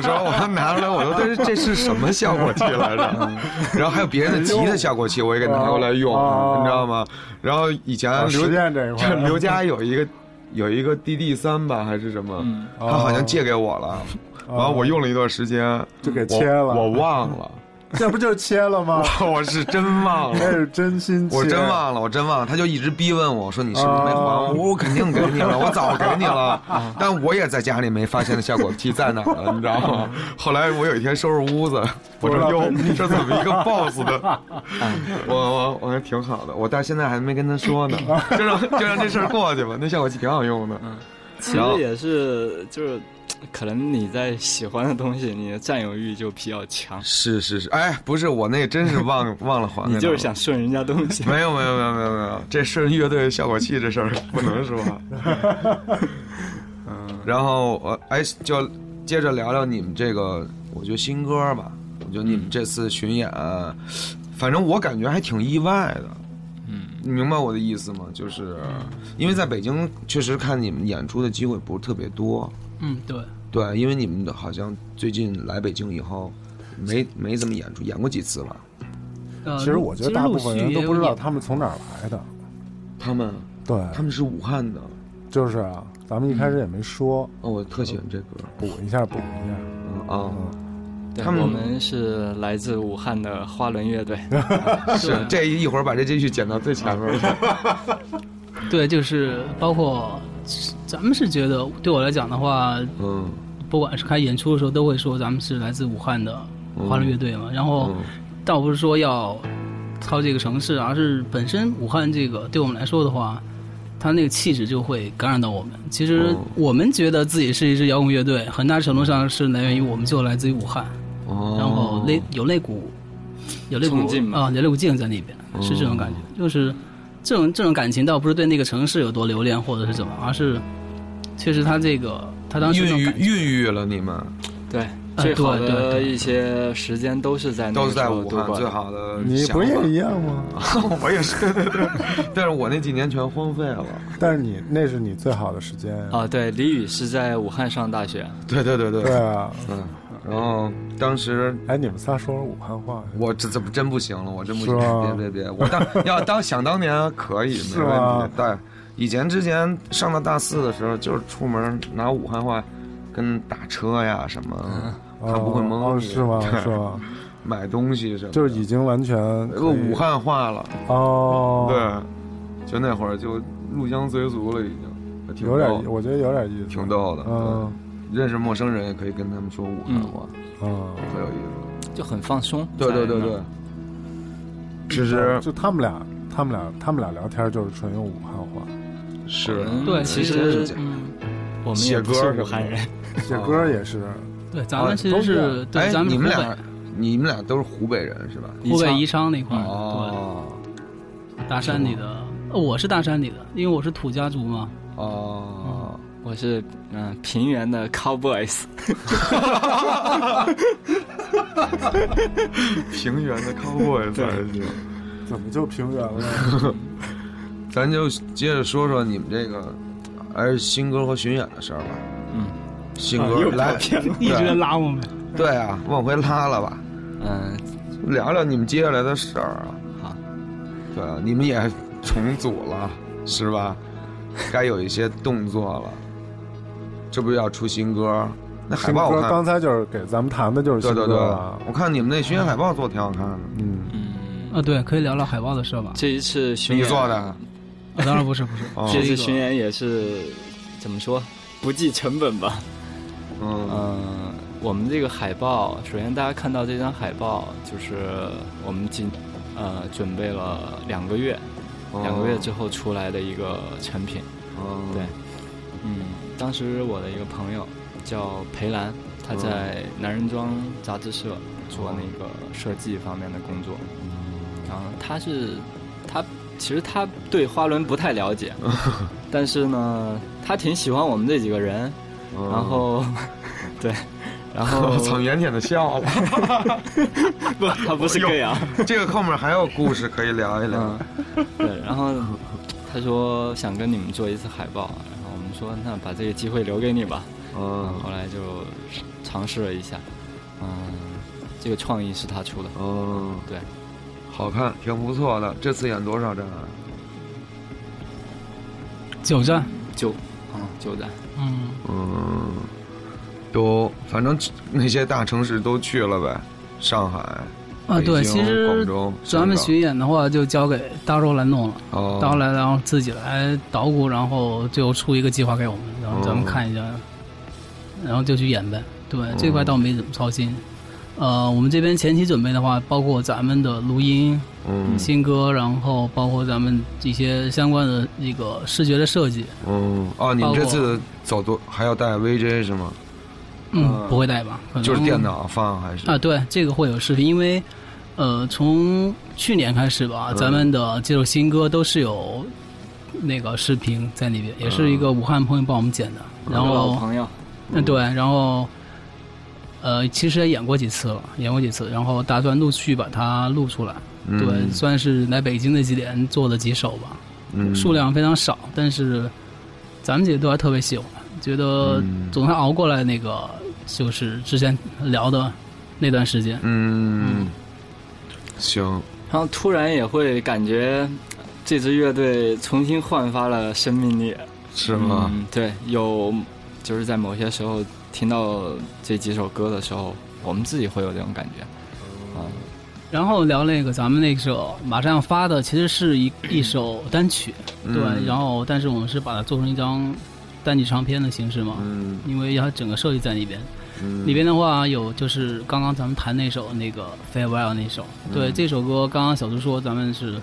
E: 时候我还拿出来，我说这是这是什么效果器来着？
F: 嗯
E: 然后还有别人的吉他效果器，我也给拿过来用，
F: 啊
E: 你知道吗？然后以前
F: 啊
E: 刘
F: 实验这一块
E: 这
F: 儿，
E: 刘佳有一个有一个 DD 三吧还是什么，
H: 嗯
E: 他好像借给我了，然后我用了一段时间，
F: 哦就给
E: 我
F: 切了，
E: 我忘了，
F: 这不就是切了吗？
E: 我是真忘
F: 那
E: 了。
F: 是真心切，
E: 我真忘了，我真忘了，他就一直逼问我说：“你是不是没还我？”
H: 哦
E: 我说我肯定给你了，我早给你
H: 嗯
E: 了，但我也在家里没发现效果器在哪儿了，你知道吗？后来我有一天收拾屋子，我说：“哟，这怎么一个 boss 的？” 我我我还挺好的，我到现在还没跟他说 呢，
H: 嗯
E: 就让就让这事儿过去吧。那效果器挺好用的，
H: 其实也是就是可能你在喜欢的东西，你的占有欲就比较强，
E: 是是是，哎，不是我那真是忘忘了还给他了。
H: 你就是想顺人家东西。
E: 没有没有没有没有没有，这是乐队效果器这事儿不能说。嗯，然后我哎，就接着聊聊你们这个，我觉得新歌吧，我觉得你们这次巡演，反正我感觉还挺意外的。
H: 嗯，
E: 你明白我的意思吗？就是因为在北京确实看你们演出的机会不是特别多，
G: 嗯，对，
E: 对，因为你们好像最近来北京以后没没怎么演出，演过几次了。
G: 呃，
F: 其实我觉得大部分人都不知道
G: 其实陆续也有演
F: 他们从哪儿来的。
E: 他们
F: 对，
E: 他们是武汉的，
F: 就是啊，咱们一开始也没说，
E: 哦，我特喜欢这歌，
F: 补一下补一下。
E: 嗯啊，
H: 对
E: 他们
H: 我们是来自武汉的花轮乐队，
E: 是这一会儿把这金曲剪到最前面去。
G: 对，就是包括咱们是觉得，对我来讲的话，
E: 嗯
G: 不管是开演出的时候，都会说咱们是来自武汉的
H: 嗯
G: 华人乐队嘛。然后，
E: 嗯
G: 倒不是说要操这个城市，而是本身武汉这个对我们来说的话，它那个气质就会感染到我们。其
H: 嗯
G: 实
E: 哦
G: 我们觉得自己是一支摇滚乐队，很大程度上是来源于我们就来自于武汉，
E: 哦，
G: 然后那有那股有那股
H: 嗯冲劲嘛嗯
G: 啊，有那股劲在里边，是这种感觉，就是这种这种感情倒不是对那个城市有多留恋或者是怎么，而是确实他这个他当时那
E: 孕
G: 种
E: 育
G: 感觉
E: 孕育了你们，
H: 对，
G: 呃
H: 最好
G: 对对
H: 的
G: 对
H: 一些时间都是在那
E: 都
H: 个
E: 是在
H: 时候
E: 武
H: 度
E: 汉
H: 过
E: 最
H: 的。
E: 好的。
F: 你不也一
E: 也？
F: 样吗？
E: 我也是，对对对。但是我那几年全荒废了。
F: 但是你那是你最好的时间呀。
H: 啊，对，李宇是在武汉上大学，
E: 对对对对
F: 对啊，
E: 嗯，然后当时
F: 哎，你们仨说说武汉话，
E: 我这怎么真不行了，我真不
F: 是吗
E: 行， 别别别，我当要当想当年可以，没问
F: 吗
E: 题。但以前之前上到大四的时候，就是出门拿武汉话跟打车呀什么，他不会蒙
F: 哦
E: 你
F: 是 吗？
E: 对
F: 是吗？
E: 买东西什么的，
F: 就是已经完全
E: 呃
F: 可以
E: 武汉话了，
F: 哦，
E: 对，就那会儿就入乡随俗了，已经，还挺
F: 有
E: 逗
F: 点，我觉得有点意思，
E: 挺逗的。
F: 嗯
E: 对，认识陌生人也可以跟他们说武汉话，
F: 嗯，
E: 很有意思。
H: 就很放松。
E: 对对对
H: 在那
E: 对
H: 儿，，
E: 其实
F: 就他们俩，他们俩，他们俩聊天就是纯用武汉话，
E: 是
H: 我们
G: 对
H: 其
G: 其实
H: 实
E: 嗯是
G: 嗯。
H: 我们
E: 写
H: 也
E: 歌
H: 不是
E: 什么
H: 武汉
E: 的
H: 人，
F: 写歌也是，
G: 对，咱
E: 啊
G: 们其
F: 都
G: 实
F: 是
G: 是 对，咱们
E: 你
G: 湖
E: 们
G: 北
E: 俩，你们俩都是湖北人是吧？
G: 湖北
H: 宜
G: 宜昌那块儿，
E: 哦
G: 嗯对，大山里的，呃我是大山里的，因为我是土家族嘛。
E: 哦，
H: 昌我是嗯、平原的 cowboys，
E: 平原的 cowboy 才行。
F: 怎么就平原了？
E: 咱就接着说说你们这个，哎，新歌和巡演的事儿吧。
H: 嗯，
E: 新歌来，
G: 一直在
E: 对
G: 拉我们，
E: 对啊，往回拉了吧，
H: 嗯、
E: 聊聊你们接下来的事儿啊。
H: 好，
E: 对啊，你们也重组了是吧？该有一些动作了。这不是要出新歌？那海
F: 新
E: 报我
F: 歌
E: 看
F: 刚才就是给咱们谈的就是
E: 对
F: 新
E: 对
F: 歌
E: 对
F: 了，，
E: 我看你们那巡演海报做的挺好看的，
F: 嗯，
H: 嗯，
G: 啊，对，可以聊聊海报的事 吧？
H: 这一次巡
E: 你
H: 演
E: 做的，
G: 啊当然不是，不是，
E: 哦
H: 这
G: 是一
H: 次
G: 个
H: 巡演也是怎么说不计成本吧？
E: 嗯
H: 嗯，我们这个海报，首先大家看到这张海报，就是我们仅呃准备了两个月，
E: 嗯
H: 两个月之后出来的一个成品。
E: 哦
H: 对，嗯，当时我的一个朋友叫裴兰，他在男人装杂志社做那个设计方面的工作。然后他是他其实他对花轮不太了解，但是呢，他挺喜欢我们这几个人，
E: 嗯
H: 然 后 对，然后
E: 我操，腼腆的笑了。
H: 不，他不是 gay 啊，
E: 这个后面还有故事可以聊一聊
H: 嗯。，对，然后他说想跟你们做一次海报，然后我们说那把这个机会留给你吧，嗯，
E: 嗯
H: 后来就尝试了一下，嗯，这个创意是他出的，
E: 嗯，
H: 对，
E: 好看，挺不错的。这次演多少站啊？
G: 九站，
H: 就嗯就在，
G: 嗯，
E: 嗯，都反正那些大城市都去了呗，上海
G: 啊，对，
E: 北京
G: 其
E: 广
G: 实
E: 州，
G: 咱们
E: 香
G: 巡演的话就交给大肉来弄了，
E: 港
G: 大肉
E: 哦，
G: 来然后自己来捣鼓，然后最后出一个计划给我们，然后咱们
E: 哦
G: 看一下，然后就去演呗。对，这块倒没怎么操心。呃，我们这边前期准备的话，包括咱们的录音，
E: 嗯
G: 新歌，然后包括咱们一些相关的一个视觉的设计。
E: 嗯，哦，你们这次走多还要带 VJ 是吗？
G: 嗯，不会带吧？可能
E: 就是电脑放还是
G: 啊，对，这个会有视频，因为呃，从去年开始
H: 嗯
G: 吧，咱们的这首新歌都是有那个视频在里边，也是一个武汉朋友帮我们剪的，然
H: 嗯老
G: 后
H: 朋友，
G: 嗯，对，然后，呃，其实也演过几次了，演过几次，然后打算陆续把它录出来。
H: 嗯
G: 对，算是来北京那几年做的几首吧，
E: 嗯
G: 数量非常少，但是咱们几个都还特别喜欢，觉得
H: 嗯
G: 总算熬过来那个，就是之前聊的那段时间。
E: 嗯，行，
H: 然后突然也会感觉呃这支乐队重新焕发了生命力。
E: 是吗？
H: 嗯，对，有就是在某些时候听到这几首歌的时候，我们自己会有这种感觉。
G: 然后聊那个咱们那首马上要发的，其实是一一首单曲，对，
E: 嗯
G: 然后但是我们是把它做成一张单曲唱片的形式嘛，
E: 嗯
G: 因为它整个设计在里边。
E: 嗯
G: 里边的话有就是刚刚咱们弹那首那个 farewell 那首，对、
E: 嗯
G: 这首歌，刚刚小猪说咱们是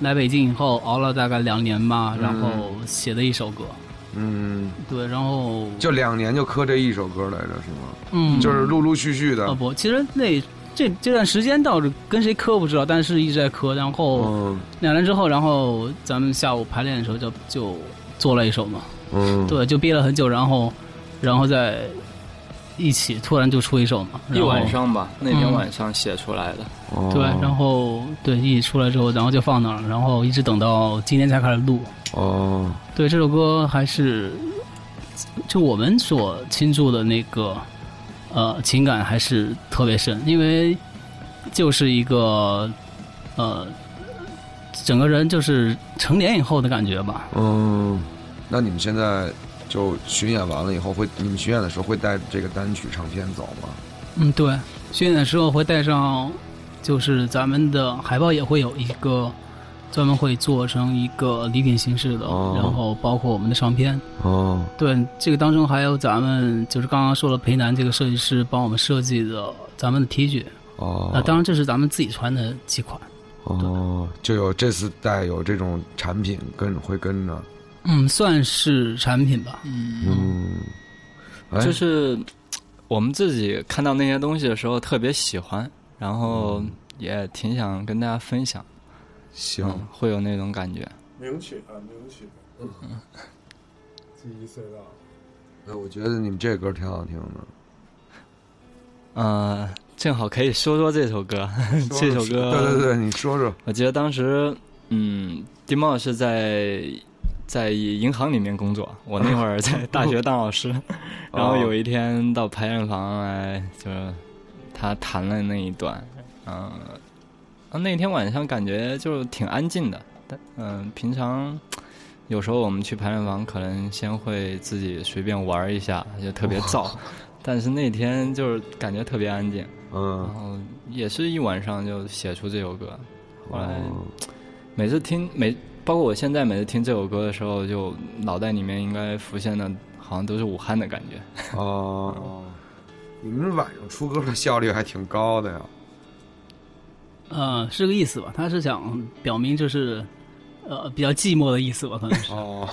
G: 来北京以后熬了大概两年吧，然后写的一首歌，
E: 嗯，
G: 对，然后
E: 就两年就磕这一首歌来着是吗？
G: 嗯
E: 就是陆陆续续
G: 啊
E: 的，
G: 不，其实那这这段时间倒是跟谁磕不知道，但是一直在磕，然后
E: 嗯
G: 两年之后，然后咱们下午排练的时候就就做了一首嘛，
E: 嗯，
G: 对，就憋了很久，然后然后再一起突然就出一首嘛，
H: 一
G: 然后
H: 晚上吧，那天
G: 嗯
H: 晚上写出来的。
E: 哦
G: 对，然后对一起出来之后，然后就放那儿了，然后一直等到今天才开始录。
E: 哦，
G: 对，这首歌还是就我们所倾注的那个呃情感还是特别深，因为就是一个呃整个人就是成年以后的感觉吧。
E: 嗯，那你们现在就巡演完了以后会，你们巡演的时候会带这个单曲唱片走吗？
G: 嗯，对，巡演的时候会带上，就是咱们的海报也会有一个。专门会做成一个礼品形式的，
E: 哦
G: 然后包括我们的唱片，
E: 哦，
G: 对，这个当中还有咱们就是刚刚说了，裴楠这个设计师帮我们设计的咱们的 T 恤，
E: 哦
G: 啊、当然这是咱们自己穿的几款。
E: 哦，就有这次带有这种产品跟会跟着，
G: 嗯，算是产品吧。
E: 嗯，哎
H: 就是我们自己看到那些东西的时候特别喜欢，然后
E: 嗯
H: 也挺想跟大家分享，
E: 行，
H: 嗯，会有那种感觉。
F: 名曲啊，名曲，记忆隧道。
E: 哎我觉得你们这歌挺好听的，嗯
H: 呃，正好可以说说这首歌， 这首歌，
E: 对对对，你说说，
H: 我记得当时，嗯，丁茂是在在银行里面工作，我那会儿在大学当老师，然后有一天到排练房来，就是他弹了那一段，嗯、啊那天晚上感觉就挺安静的，但嗯、平常。有时候我们去排练房，可能先会自己随便玩一下，就特别燥。 但是那天就是感觉特别安静，然
E: 嗯，
H: 后也是一晚上就写出这首歌。后来
E: 哦
H: 每次听每，包括我现在每次听这首歌的时候，就脑袋里面应该浮现的，好像都是武汉的感觉。
E: 哦，你们晚上出歌的效率还挺高的呀，
G: 呃，是个意思吧？他是想表明就是，呃，比较寂寞的意思吧，可能是。
E: 哦，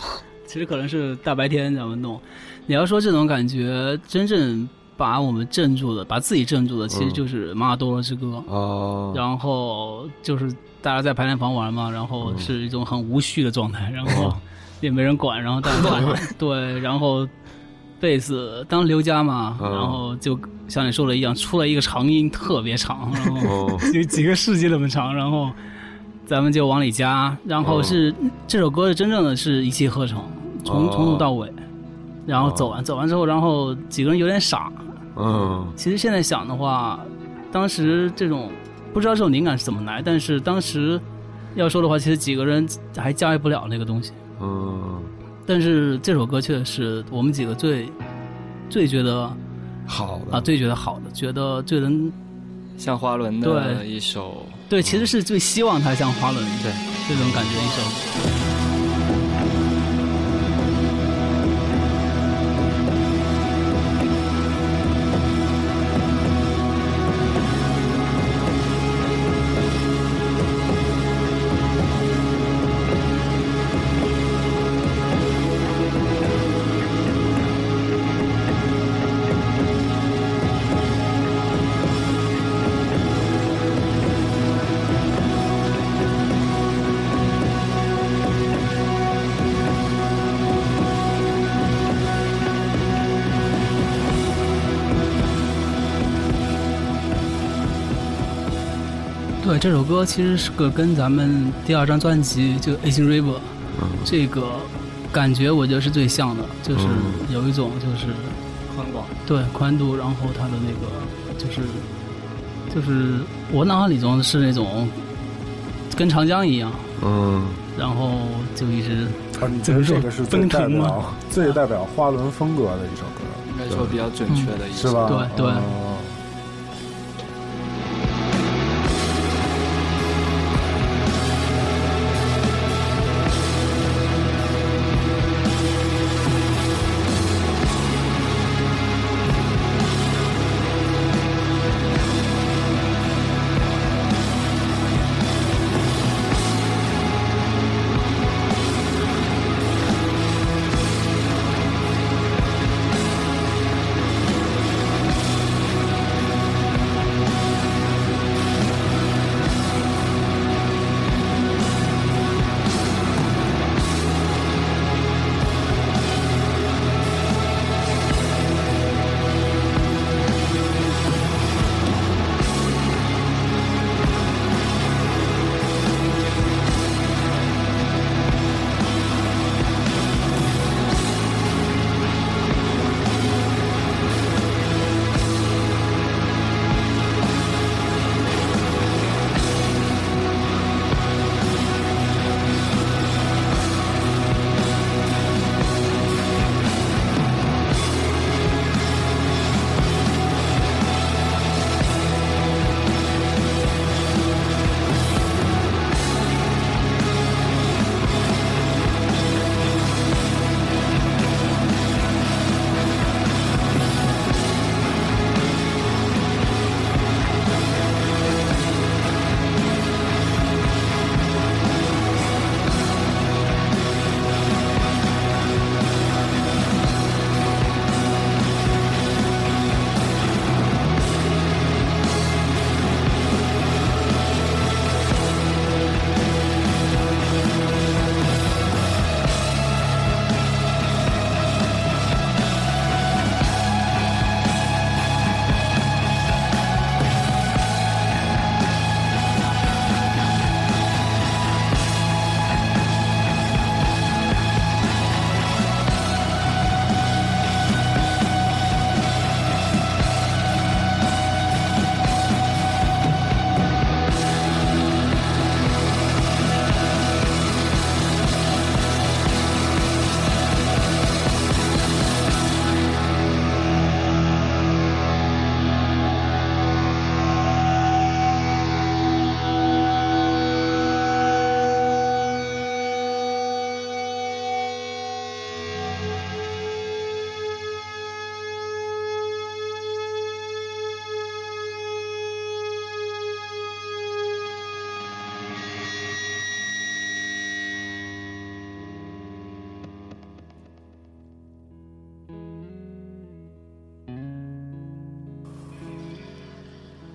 G: 其实可能是大白天咱们弄。你要说这种感觉，真正把我们镇住的，把自己镇住的，其实就是《马尔多罗之歌》
E: 哦，
G: 然后就是大家在排练房玩嘛，然后是一种很无序的状态，然后也没人管，然后大家 对，然后贝斯当刘佳嘛，
E: 嗯
G: 然后就像你说的一样，出来一个长音特别长，然后
E: 哦，
G: 有几个世纪那么长，然后咱们就往里加，然后是这首歌真正的是一气呵成，从
E: 哦
G: 从头到尾。然后走完，走完之后，然后几个人有点傻，
E: 嗯，
G: 其实现在想的话，当时这种不知道这种灵感是怎么来，但是当时要说的话，其实几个人还驾驭不了那个东西。
E: 嗯，
G: 但是这首歌却是我们几个最最觉得
E: 好的
G: 啊，最觉得好的，觉得最能
H: 像花轮的
G: 对
H: 一首，
G: 对，其实是最希望它像滑轮
H: 对，
G: 这种感觉一首歌。
E: 哦，
G: 对，这首歌其实是个跟咱们第二张专辑就《Asian River》这
E: 嗯
G: 个感觉，我觉得是最像的，就是
E: 嗯
G: 有一种就是
H: 宽广，
G: 对宽度，然后它的那个就是就是我脑海里中是那种跟长江一样，
E: 嗯，
G: 然后就一直
F: 啊，你觉得这个是最
G: 奔
F: 代
G: 腾吗
F: 表最代表花轮风格的一首歌，
H: 应该说比较准确的一
F: 是
H: 首。
F: 吧？
G: 对对
F: 哦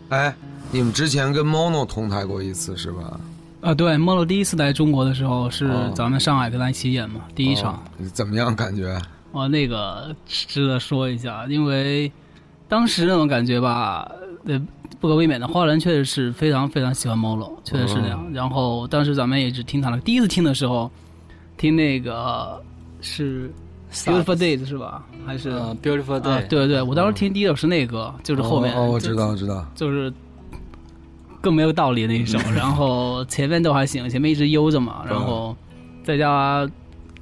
E: 哎，你们之前跟 Mono 同台过一次是吧？
G: 啊，对，莫洛第一次来中国的时候是
E: 哦
G: 咱们上海跟他一起演嘛，第一场。
E: 哦怎么样？感觉？
G: 哦，那个值得说一下，因为当时那种感觉吧，呃，不可避免的，花人确实是非常非常喜欢 Molo，确实是这
E: 哦
G: 样。然后当时咱们也是听他的，第一次听的时候，听那个是 Beautiful Days 是吧？还是、
H: 呃，Beautiful
G: 啊
H: Day，，
G: 对对，我当时听第一首是那个，就是后面
E: 哦，哦我知道，我知道。
G: 就是更没有道理那一首，然后前面都还行，前面一直悠着嘛，然后在家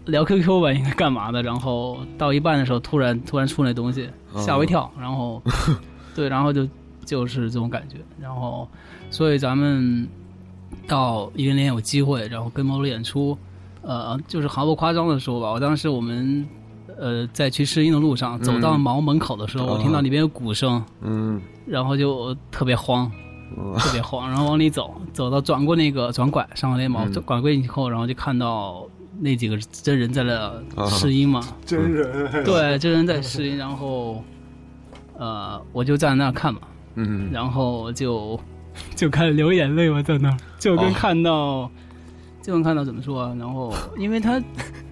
G: 聊 QQ 吧，应该干嘛的，然后到一半的时候突然突然出那东西，吓我一跳，然后对，然后就就是这种感觉，然后所以咱们到一零年有机会，然后跟毛罗演出，呃，就是毫不夸张的说吧，我当时我们。呃，在去试音的路上，走到毛门口的时候，我听到里边有鼓声，
E: 嗯，
G: 然后就特别慌，
E: 嗯
G: 特别慌，然后往里走，走到转过那个转拐上环联
E: 嗯
G: 毛，就拐过去以后，然后就看到那几个真人在
E: 啊
G: 那试音嘛，
F: 真
E: 嗯
F: 人
G: 对，真人在试音，然后呃，我就站在那儿看嘛，
E: 嗯，
G: 然后就就开始流眼泪嘛，在那儿就
E: 啊
G: 跟看到、就跟看到怎么说啊，然后因为他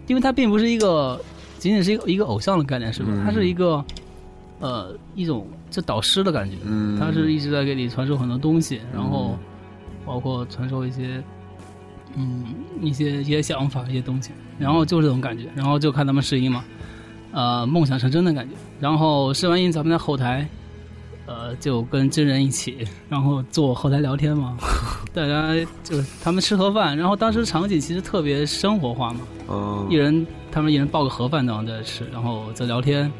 G: 因为他并不是一个仅仅是一个一个偶像的概念，是吧？他是一个呃一种就导师的感觉，
E: 嗯
G: 他是一直在给你传授很多东西，然后包括传授一些嗯一些一些想法一些东西，然后就这种感觉，然后就看他们试音嘛，呃，梦想成真的感觉。然后试完音，咱们在后台。呃，就跟真人一起，然后坐后台聊天嘛，大家就他们吃盒饭，然后当时场景其实特别生活化嘛，
E: 嗯
G: 一，人他们一人抱个盒饭，然后在吃，然后在聊天，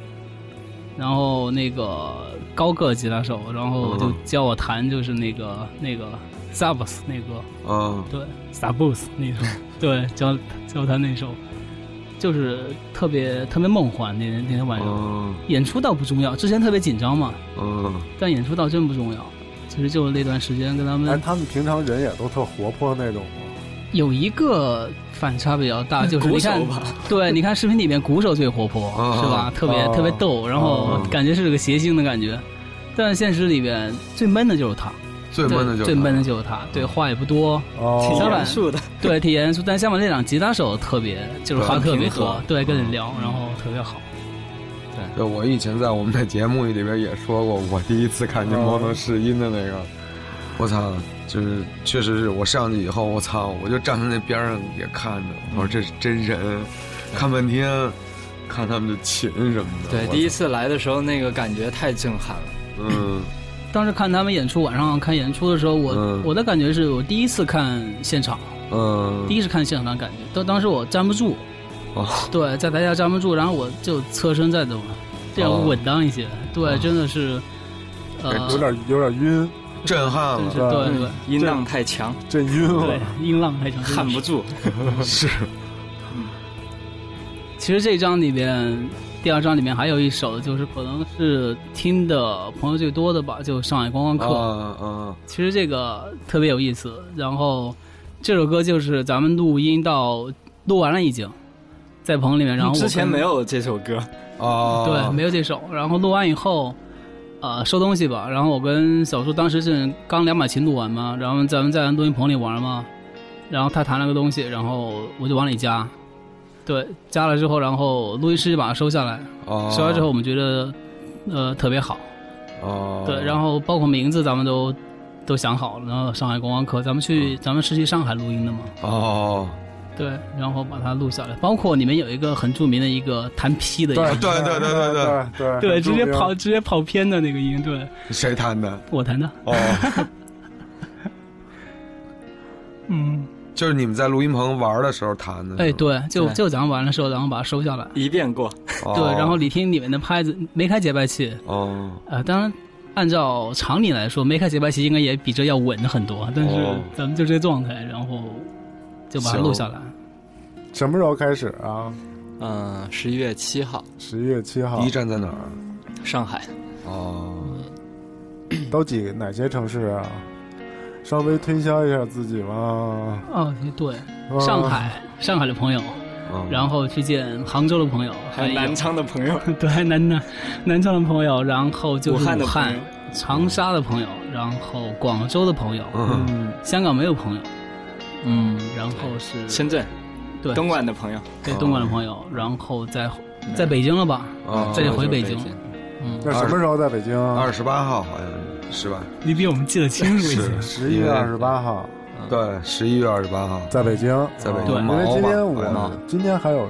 G: 然后那个高个吉他手，然后就教我弹就是那个那个 subs 那个
E: 嗯，
G: 对 subs 那首， 对教教他那首，就是特别特别梦幻那天那天晚上、
E: 嗯，
G: 演出倒不重要，之前特别紧张嘛，
E: 嗯，
G: 但演出倒真不重要。其实就是那段时间跟他
F: 哎，
G: 们
F: 他们平常人也都特活泼那种吗，
G: 有一个反差比较大，就是你看
H: 鼓手吧，
G: 对，你看视频里面鼓手最活泼，
E: 嗯
G: 是吧？特别
F: 哦
G: 特别逗，然后
E: 嗯
G: 感觉是个谐星的感觉。但是现实里边最闷的就是他，
E: 最闷的就是嗯
G: 最闷的就是他，对，话也不多，
H: 挺
G: 相
F: 哦，
G: 反
H: 严肃的，
G: 对，挺严肃。但相反那两吉他手特别，就是
E: 对
G: 话
E: 很
G: 特别
E: 平和
G: 多，对，
E: 嗯
G: 跟你聊，然后特别好。
E: 就我以前在我们的节目里边也说过，我第一次看见
G: 哦
E: 猫能试音的那个，我操，就是确实是我上去以后，我操，我就站在那边上也看着，我说
G: 嗯
E: 这是真人，看半天，看他们的琴什么的，
H: 对，
E: 我
H: 第一
E: 操，
H: 次来的时候那个感觉太震撼了，
E: 嗯
G: 当时看他们演出，晚上看演出的时候，我、
E: 嗯
G: 我的感觉是我第一次看现场，
E: 嗯，
G: 第一次看现场的感觉，当当时我站不住，
E: 哦
G: 对，在台下站不住，然后我就侧身在走，这
H: 哦
G: 样稳当一些。
H: 哎
G: 对，真的是，呃，
F: 有点有点晕，
E: 震撼
G: 真是
E: 了，
F: 是吧
G: 对对
H: 音浪太强，
F: 震晕
G: 对
F: 了。，
G: 音浪太强，真的是
H: 嗯撼不住。
E: 是，
G: 其实这张里边，第二张里面还有一首，就是可能是听的朋友最多的吧，就《上海观光客》
H: 哦
E: 啊啊，
G: 其实这个特别有意思。然后这首歌就是咱们录音到录完了已经，在棚里面，然后我
H: 之前
G: 跟
H: 没有这首歌，
E: 哦，
G: 对，没有这首。然后录完以后，呃，收东西吧。然后我跟小叔当时是刚两把琴录完嘛，然后咱们在录音棚里玩嘛。然后他弹了个东西，然后我就往里加，对，加了之后，然后录音师就把它收下来。
E: 哦，
G: 收下之后，我们觉得呃特别好，
E: 哦，
G: 对。然后包括名字咱们都都想好了，然后上海观光客，咱们去咱们是去上海录音的嘛，
E: 哦，
G: 对。然后把它录下来，包括你们有一个很著名的一个弹劈的一个
E: 对对对对
F: 对对很
E: 对
G: 对，直接
F: 著名
G: 跑直接跑偏的那个音，对
E: 谁弹的？
G: 我弹的，
E: 哦，
G: 嗯，
E: 就是你们在录音棚玩的时候弹的，
G: 哎，，对，就
H: 对
G: 就咱们完了之后，然后把它收下来，
H: 一遍过，
E: 哦、
G: 哎对，然后你听里面的拍子没开节拍器，
E: 哦，
G: 呃，当然按照常理来说，没开节拍器应该也比这要稳很多，但是
E: 哦
G: 咱们就这状态，然后就把它
E: 行
G: 录下来，
F: 什么时候开始啊？
H: 嗯，十一月七号，
F: 十一月七号
E: 第一，站在哪儿？
H: 上海，
E: 哦，
F: 都几哪些城市啊？稍微推销一下自己嘛。
G: 哦，对，
F: 啊
G: 上海上海的朋友，
E: 哦
G: 嗯然后去见杭州的朋友，还
H: 还有
G: 有
H: 南昌的朋友，
G: 对南南南昌的朋友，然后就是
H: 武汉的
G: 武
H: 朋
G: 汉
H: 友、
G: 长沙的朋友，然后广州的朋友，
H: 哦
E: 嗯，
G: 香港没有朋友，
H: 嗯，
G: 然后是
H: 深圳，
G: 对
H: 东莞的朋友，
G: 对东莞的朋友，然后在在北京了吧？
E: 哦
G: 这里
H: 就
G: 回
H: 是
G: 北
H: 京
G: 京，嗯，
F: 那什么时候在北京？
E: 二十八号好像是吧？
G: 你比我们记得清楚一些。
E: 是
F: 十一月二十八号
E: 对，十一月二十八号，
F: 在北京，
E: 在北
G: 对
E: 京
F: 因为今天
E: 毛吧好
F: 我
E: 像
F: 今天还有人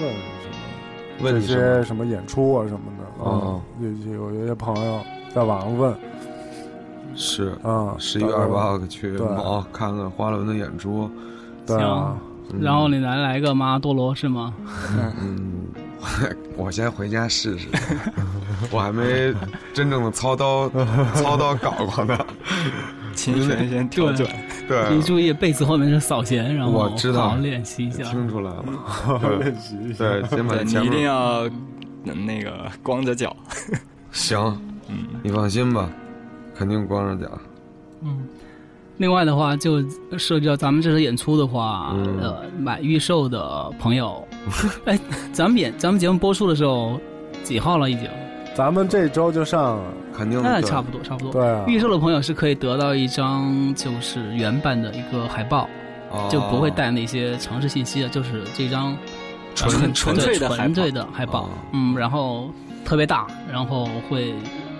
F: 问什么
E: 问
F: 这
E: 你什么
F: 些什么演出啊什么的嗯
E: 哦
F: 有有有些朋友在网上问
E: 是
F: 啊，
E: 十一月二十八号去
F: 对
E: 毛看看花轮的演出，
F: 对啊，
E: 嗯
G: 然后你来来个麻多罗是吗？
E: 嗯，我先回家试 试，我还没真正的操刀操刀搞过呢，
H: 琴弦先调整，
G: 你
E: 对，
G: 注意贝斯后面是扫弦，然后
E: 我知道
G: 好好练习一下。
E: 听出来了，
F: 练习一下。
E: 对，先把
H: 对你
E: 前
H: 一定
E: 面
H: 要嗯那个光着脚，
E: 行，你放心吧，肯定光着脚，
G: 嗯，另外的话，就涉及到咱们这次演出的话，
E: 嗯
G: 呃，买预售的 朋友，哎，咱们演咱们节目播出的时候几号了已经？
F: 咱们这周就上，
E: 肯定
G: 那
E: 嗯对
G: 差不多差不多。
F: 对啊，
G: 预售的朋友是可以得到一张就是原版的一个海报，
H: 哦
G: 就不会带那些城市信息的，就是这张
E: 纯
G: 呃
E: 纯
G: 对
H: 粹的海报
G: 纯粹的海报
E: 哦，
G: 嗯，然后特别大，然后会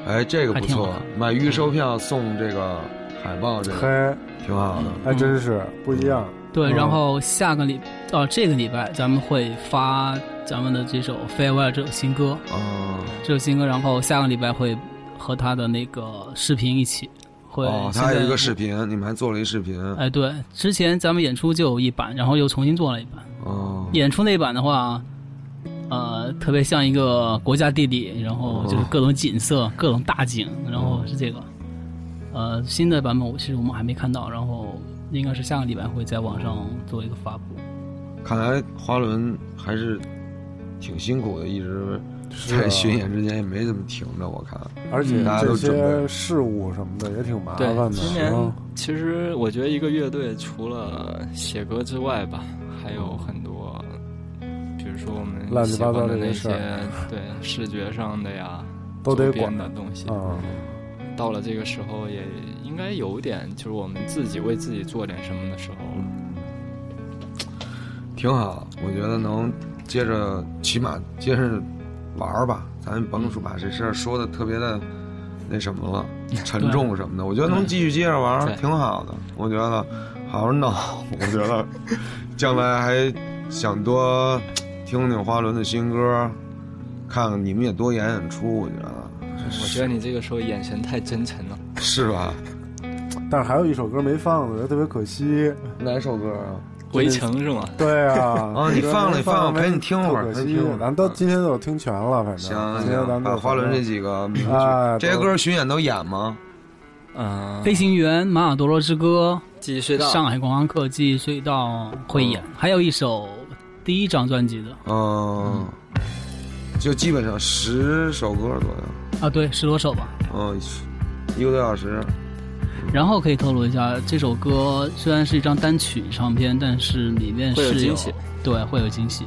E: 哎，这个不
G: 还挺好
E: 错
G: 的，
E: 买预售票送这个海报这个
F: 嘿，
E: 挺好的。
F: 还真是不一样。
G: 嗯对，
F: 嗯
G: 然后下个礼哦、这个礼拜咱们会发咱们的这首《Farewell》这首新歌，
E: 哦
G: 这首新歌，然后下个礼拜会和他的那个视频一起会。
E: 哦，他还有一个视。频，你们还做了一视频。
G: 哎，对，之前咱们演出就有一版，然后又重新做了一版。
E: 哦，
G: 演出那一版的话，呃，特别像一个国家地理，然后就是各种景色、各种大景，然后是这个。呃，新的版本我其实我们还没看到，然后应该是下个礼拜会在网上做一个发布。
E: 看来花轮还是挺辛苦的，一直在巡演之前也没怎么停着。我看，
F: 而且
E: 嗯大家
F: 这
E: 都准备
F: 些事务什么的也挺麻
H: 对
F: 烦的。，
H: 今年
F: 嗯
H: 其实我觉得一个乐队除了写歌之外吧，还有很多，比如说我
F: 乱
H: 们
F: 七
H: 喜
F: 八
H: 欢
F: 糟
H: 的
F: 这
H: 那
F: 些事
H: 些
F: 儿，
H: 对视觉上的呀，
F: 都得
H: 周
F: 管
H: 边的东西。
F: 啊，
H: 到了这个时候，也应该有点，就是我们自己为自己做点什么的时候
F: 嗯
H: 了。
E: 挺好，我觉得能接着，起码接着玩儿吧。咱甭说把这事儿说的特别的那什么了，沉重什么的。我觉得能继续接着玩儿
H: 对
E: 挺好的。我觉得好好闹，我觉得将来还想多听听花轮的新歌，看看你们也多演演出。我觉得
H: 我觉得你这个时候眼神太真诚了。
E: 是吧？
F: 但是还有一首歌没放，我觉得特别可惜。
E: 哪首歌啊？
H: 围城是吗？
F: 对啊，
E: 哦你放了
F: 没
E: 你放了
F: 放没
E: 陪你听会儿
F: 特可
E: 陪你
F: 惜
E: 听会儿。嗯
F: 咱都今天都有听全了，反正
E: 行
F: 今天咱
E: 行，
F: 们
E: 把
F: 都
E: 花轮这
F: 几
E: 几个名曲
F: 哎，
E: 这些
F: 都
E: 歌巡演都演吗？
H: 嗯，
G: 飞行员、马尔多罗之歌、
H: 记忆隧道。
G: 上海国安客记忆隧道会演，还有一首第一张专辑的
E: 嗯，就基本上十首歌左右，
G: 啊，对，十多首吧。
E: 嗯，一个多小时。
G: 然后可以透露一下，这首歌虽然是一张单曲唱片，但是里面是
H: 会有惊喜，
G: 对，会有惊喜。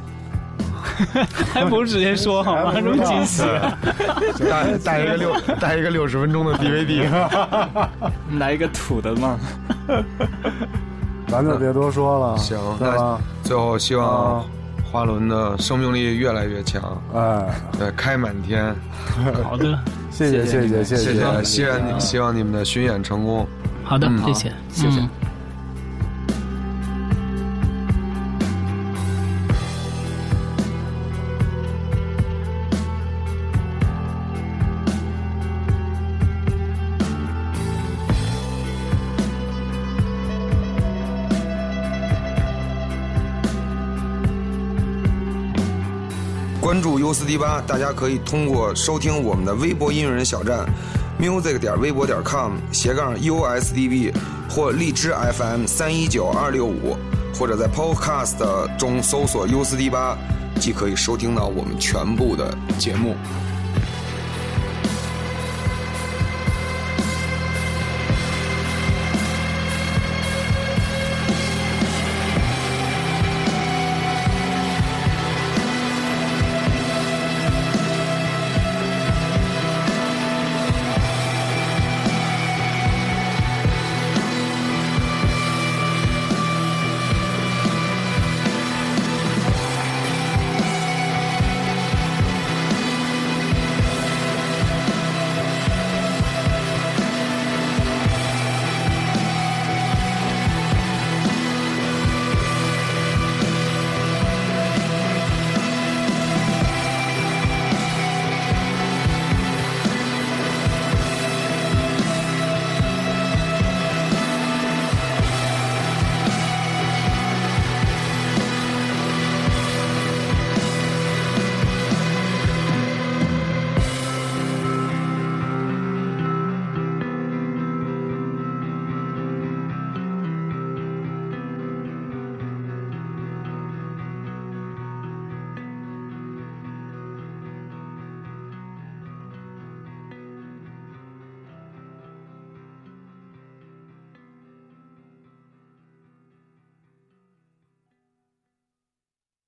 G: 还不如直接说好 吗？
F: 还
G: 什
F: 不
G: 么
F: 知道
G: 惊喜？
E: 带 嗯带一个六带一个六十分钟的 DVD，
H: 来一个土的嘛，
F: 咱就别多说了，
E: 嗯行
F: 对吧？
E: 最后希望
F: 啊
E: 花轮的生命力越来越强，
F: 哎，
E: 对，开满天。
G: 好的，
F: 谢谢
H: 谢谢
F: 谢
H: 你们
F: 谢
E: 谢谢，啊
F: 谢
E: 希望你希望你们的巡演成功。
G: 好的
E: 嗯，
G: 谢谢，
H: 谢谢
G: 嗯
E: 关注 U 四 D 八，大家可以通过收听我们的微博音乐人小站，music 点微博点 com 斜杠 USDB 或荔枝 FM 三一九二六五，或者在 Podcast 中搜索 U 四 D 八，即可以收听到我们全部的节目。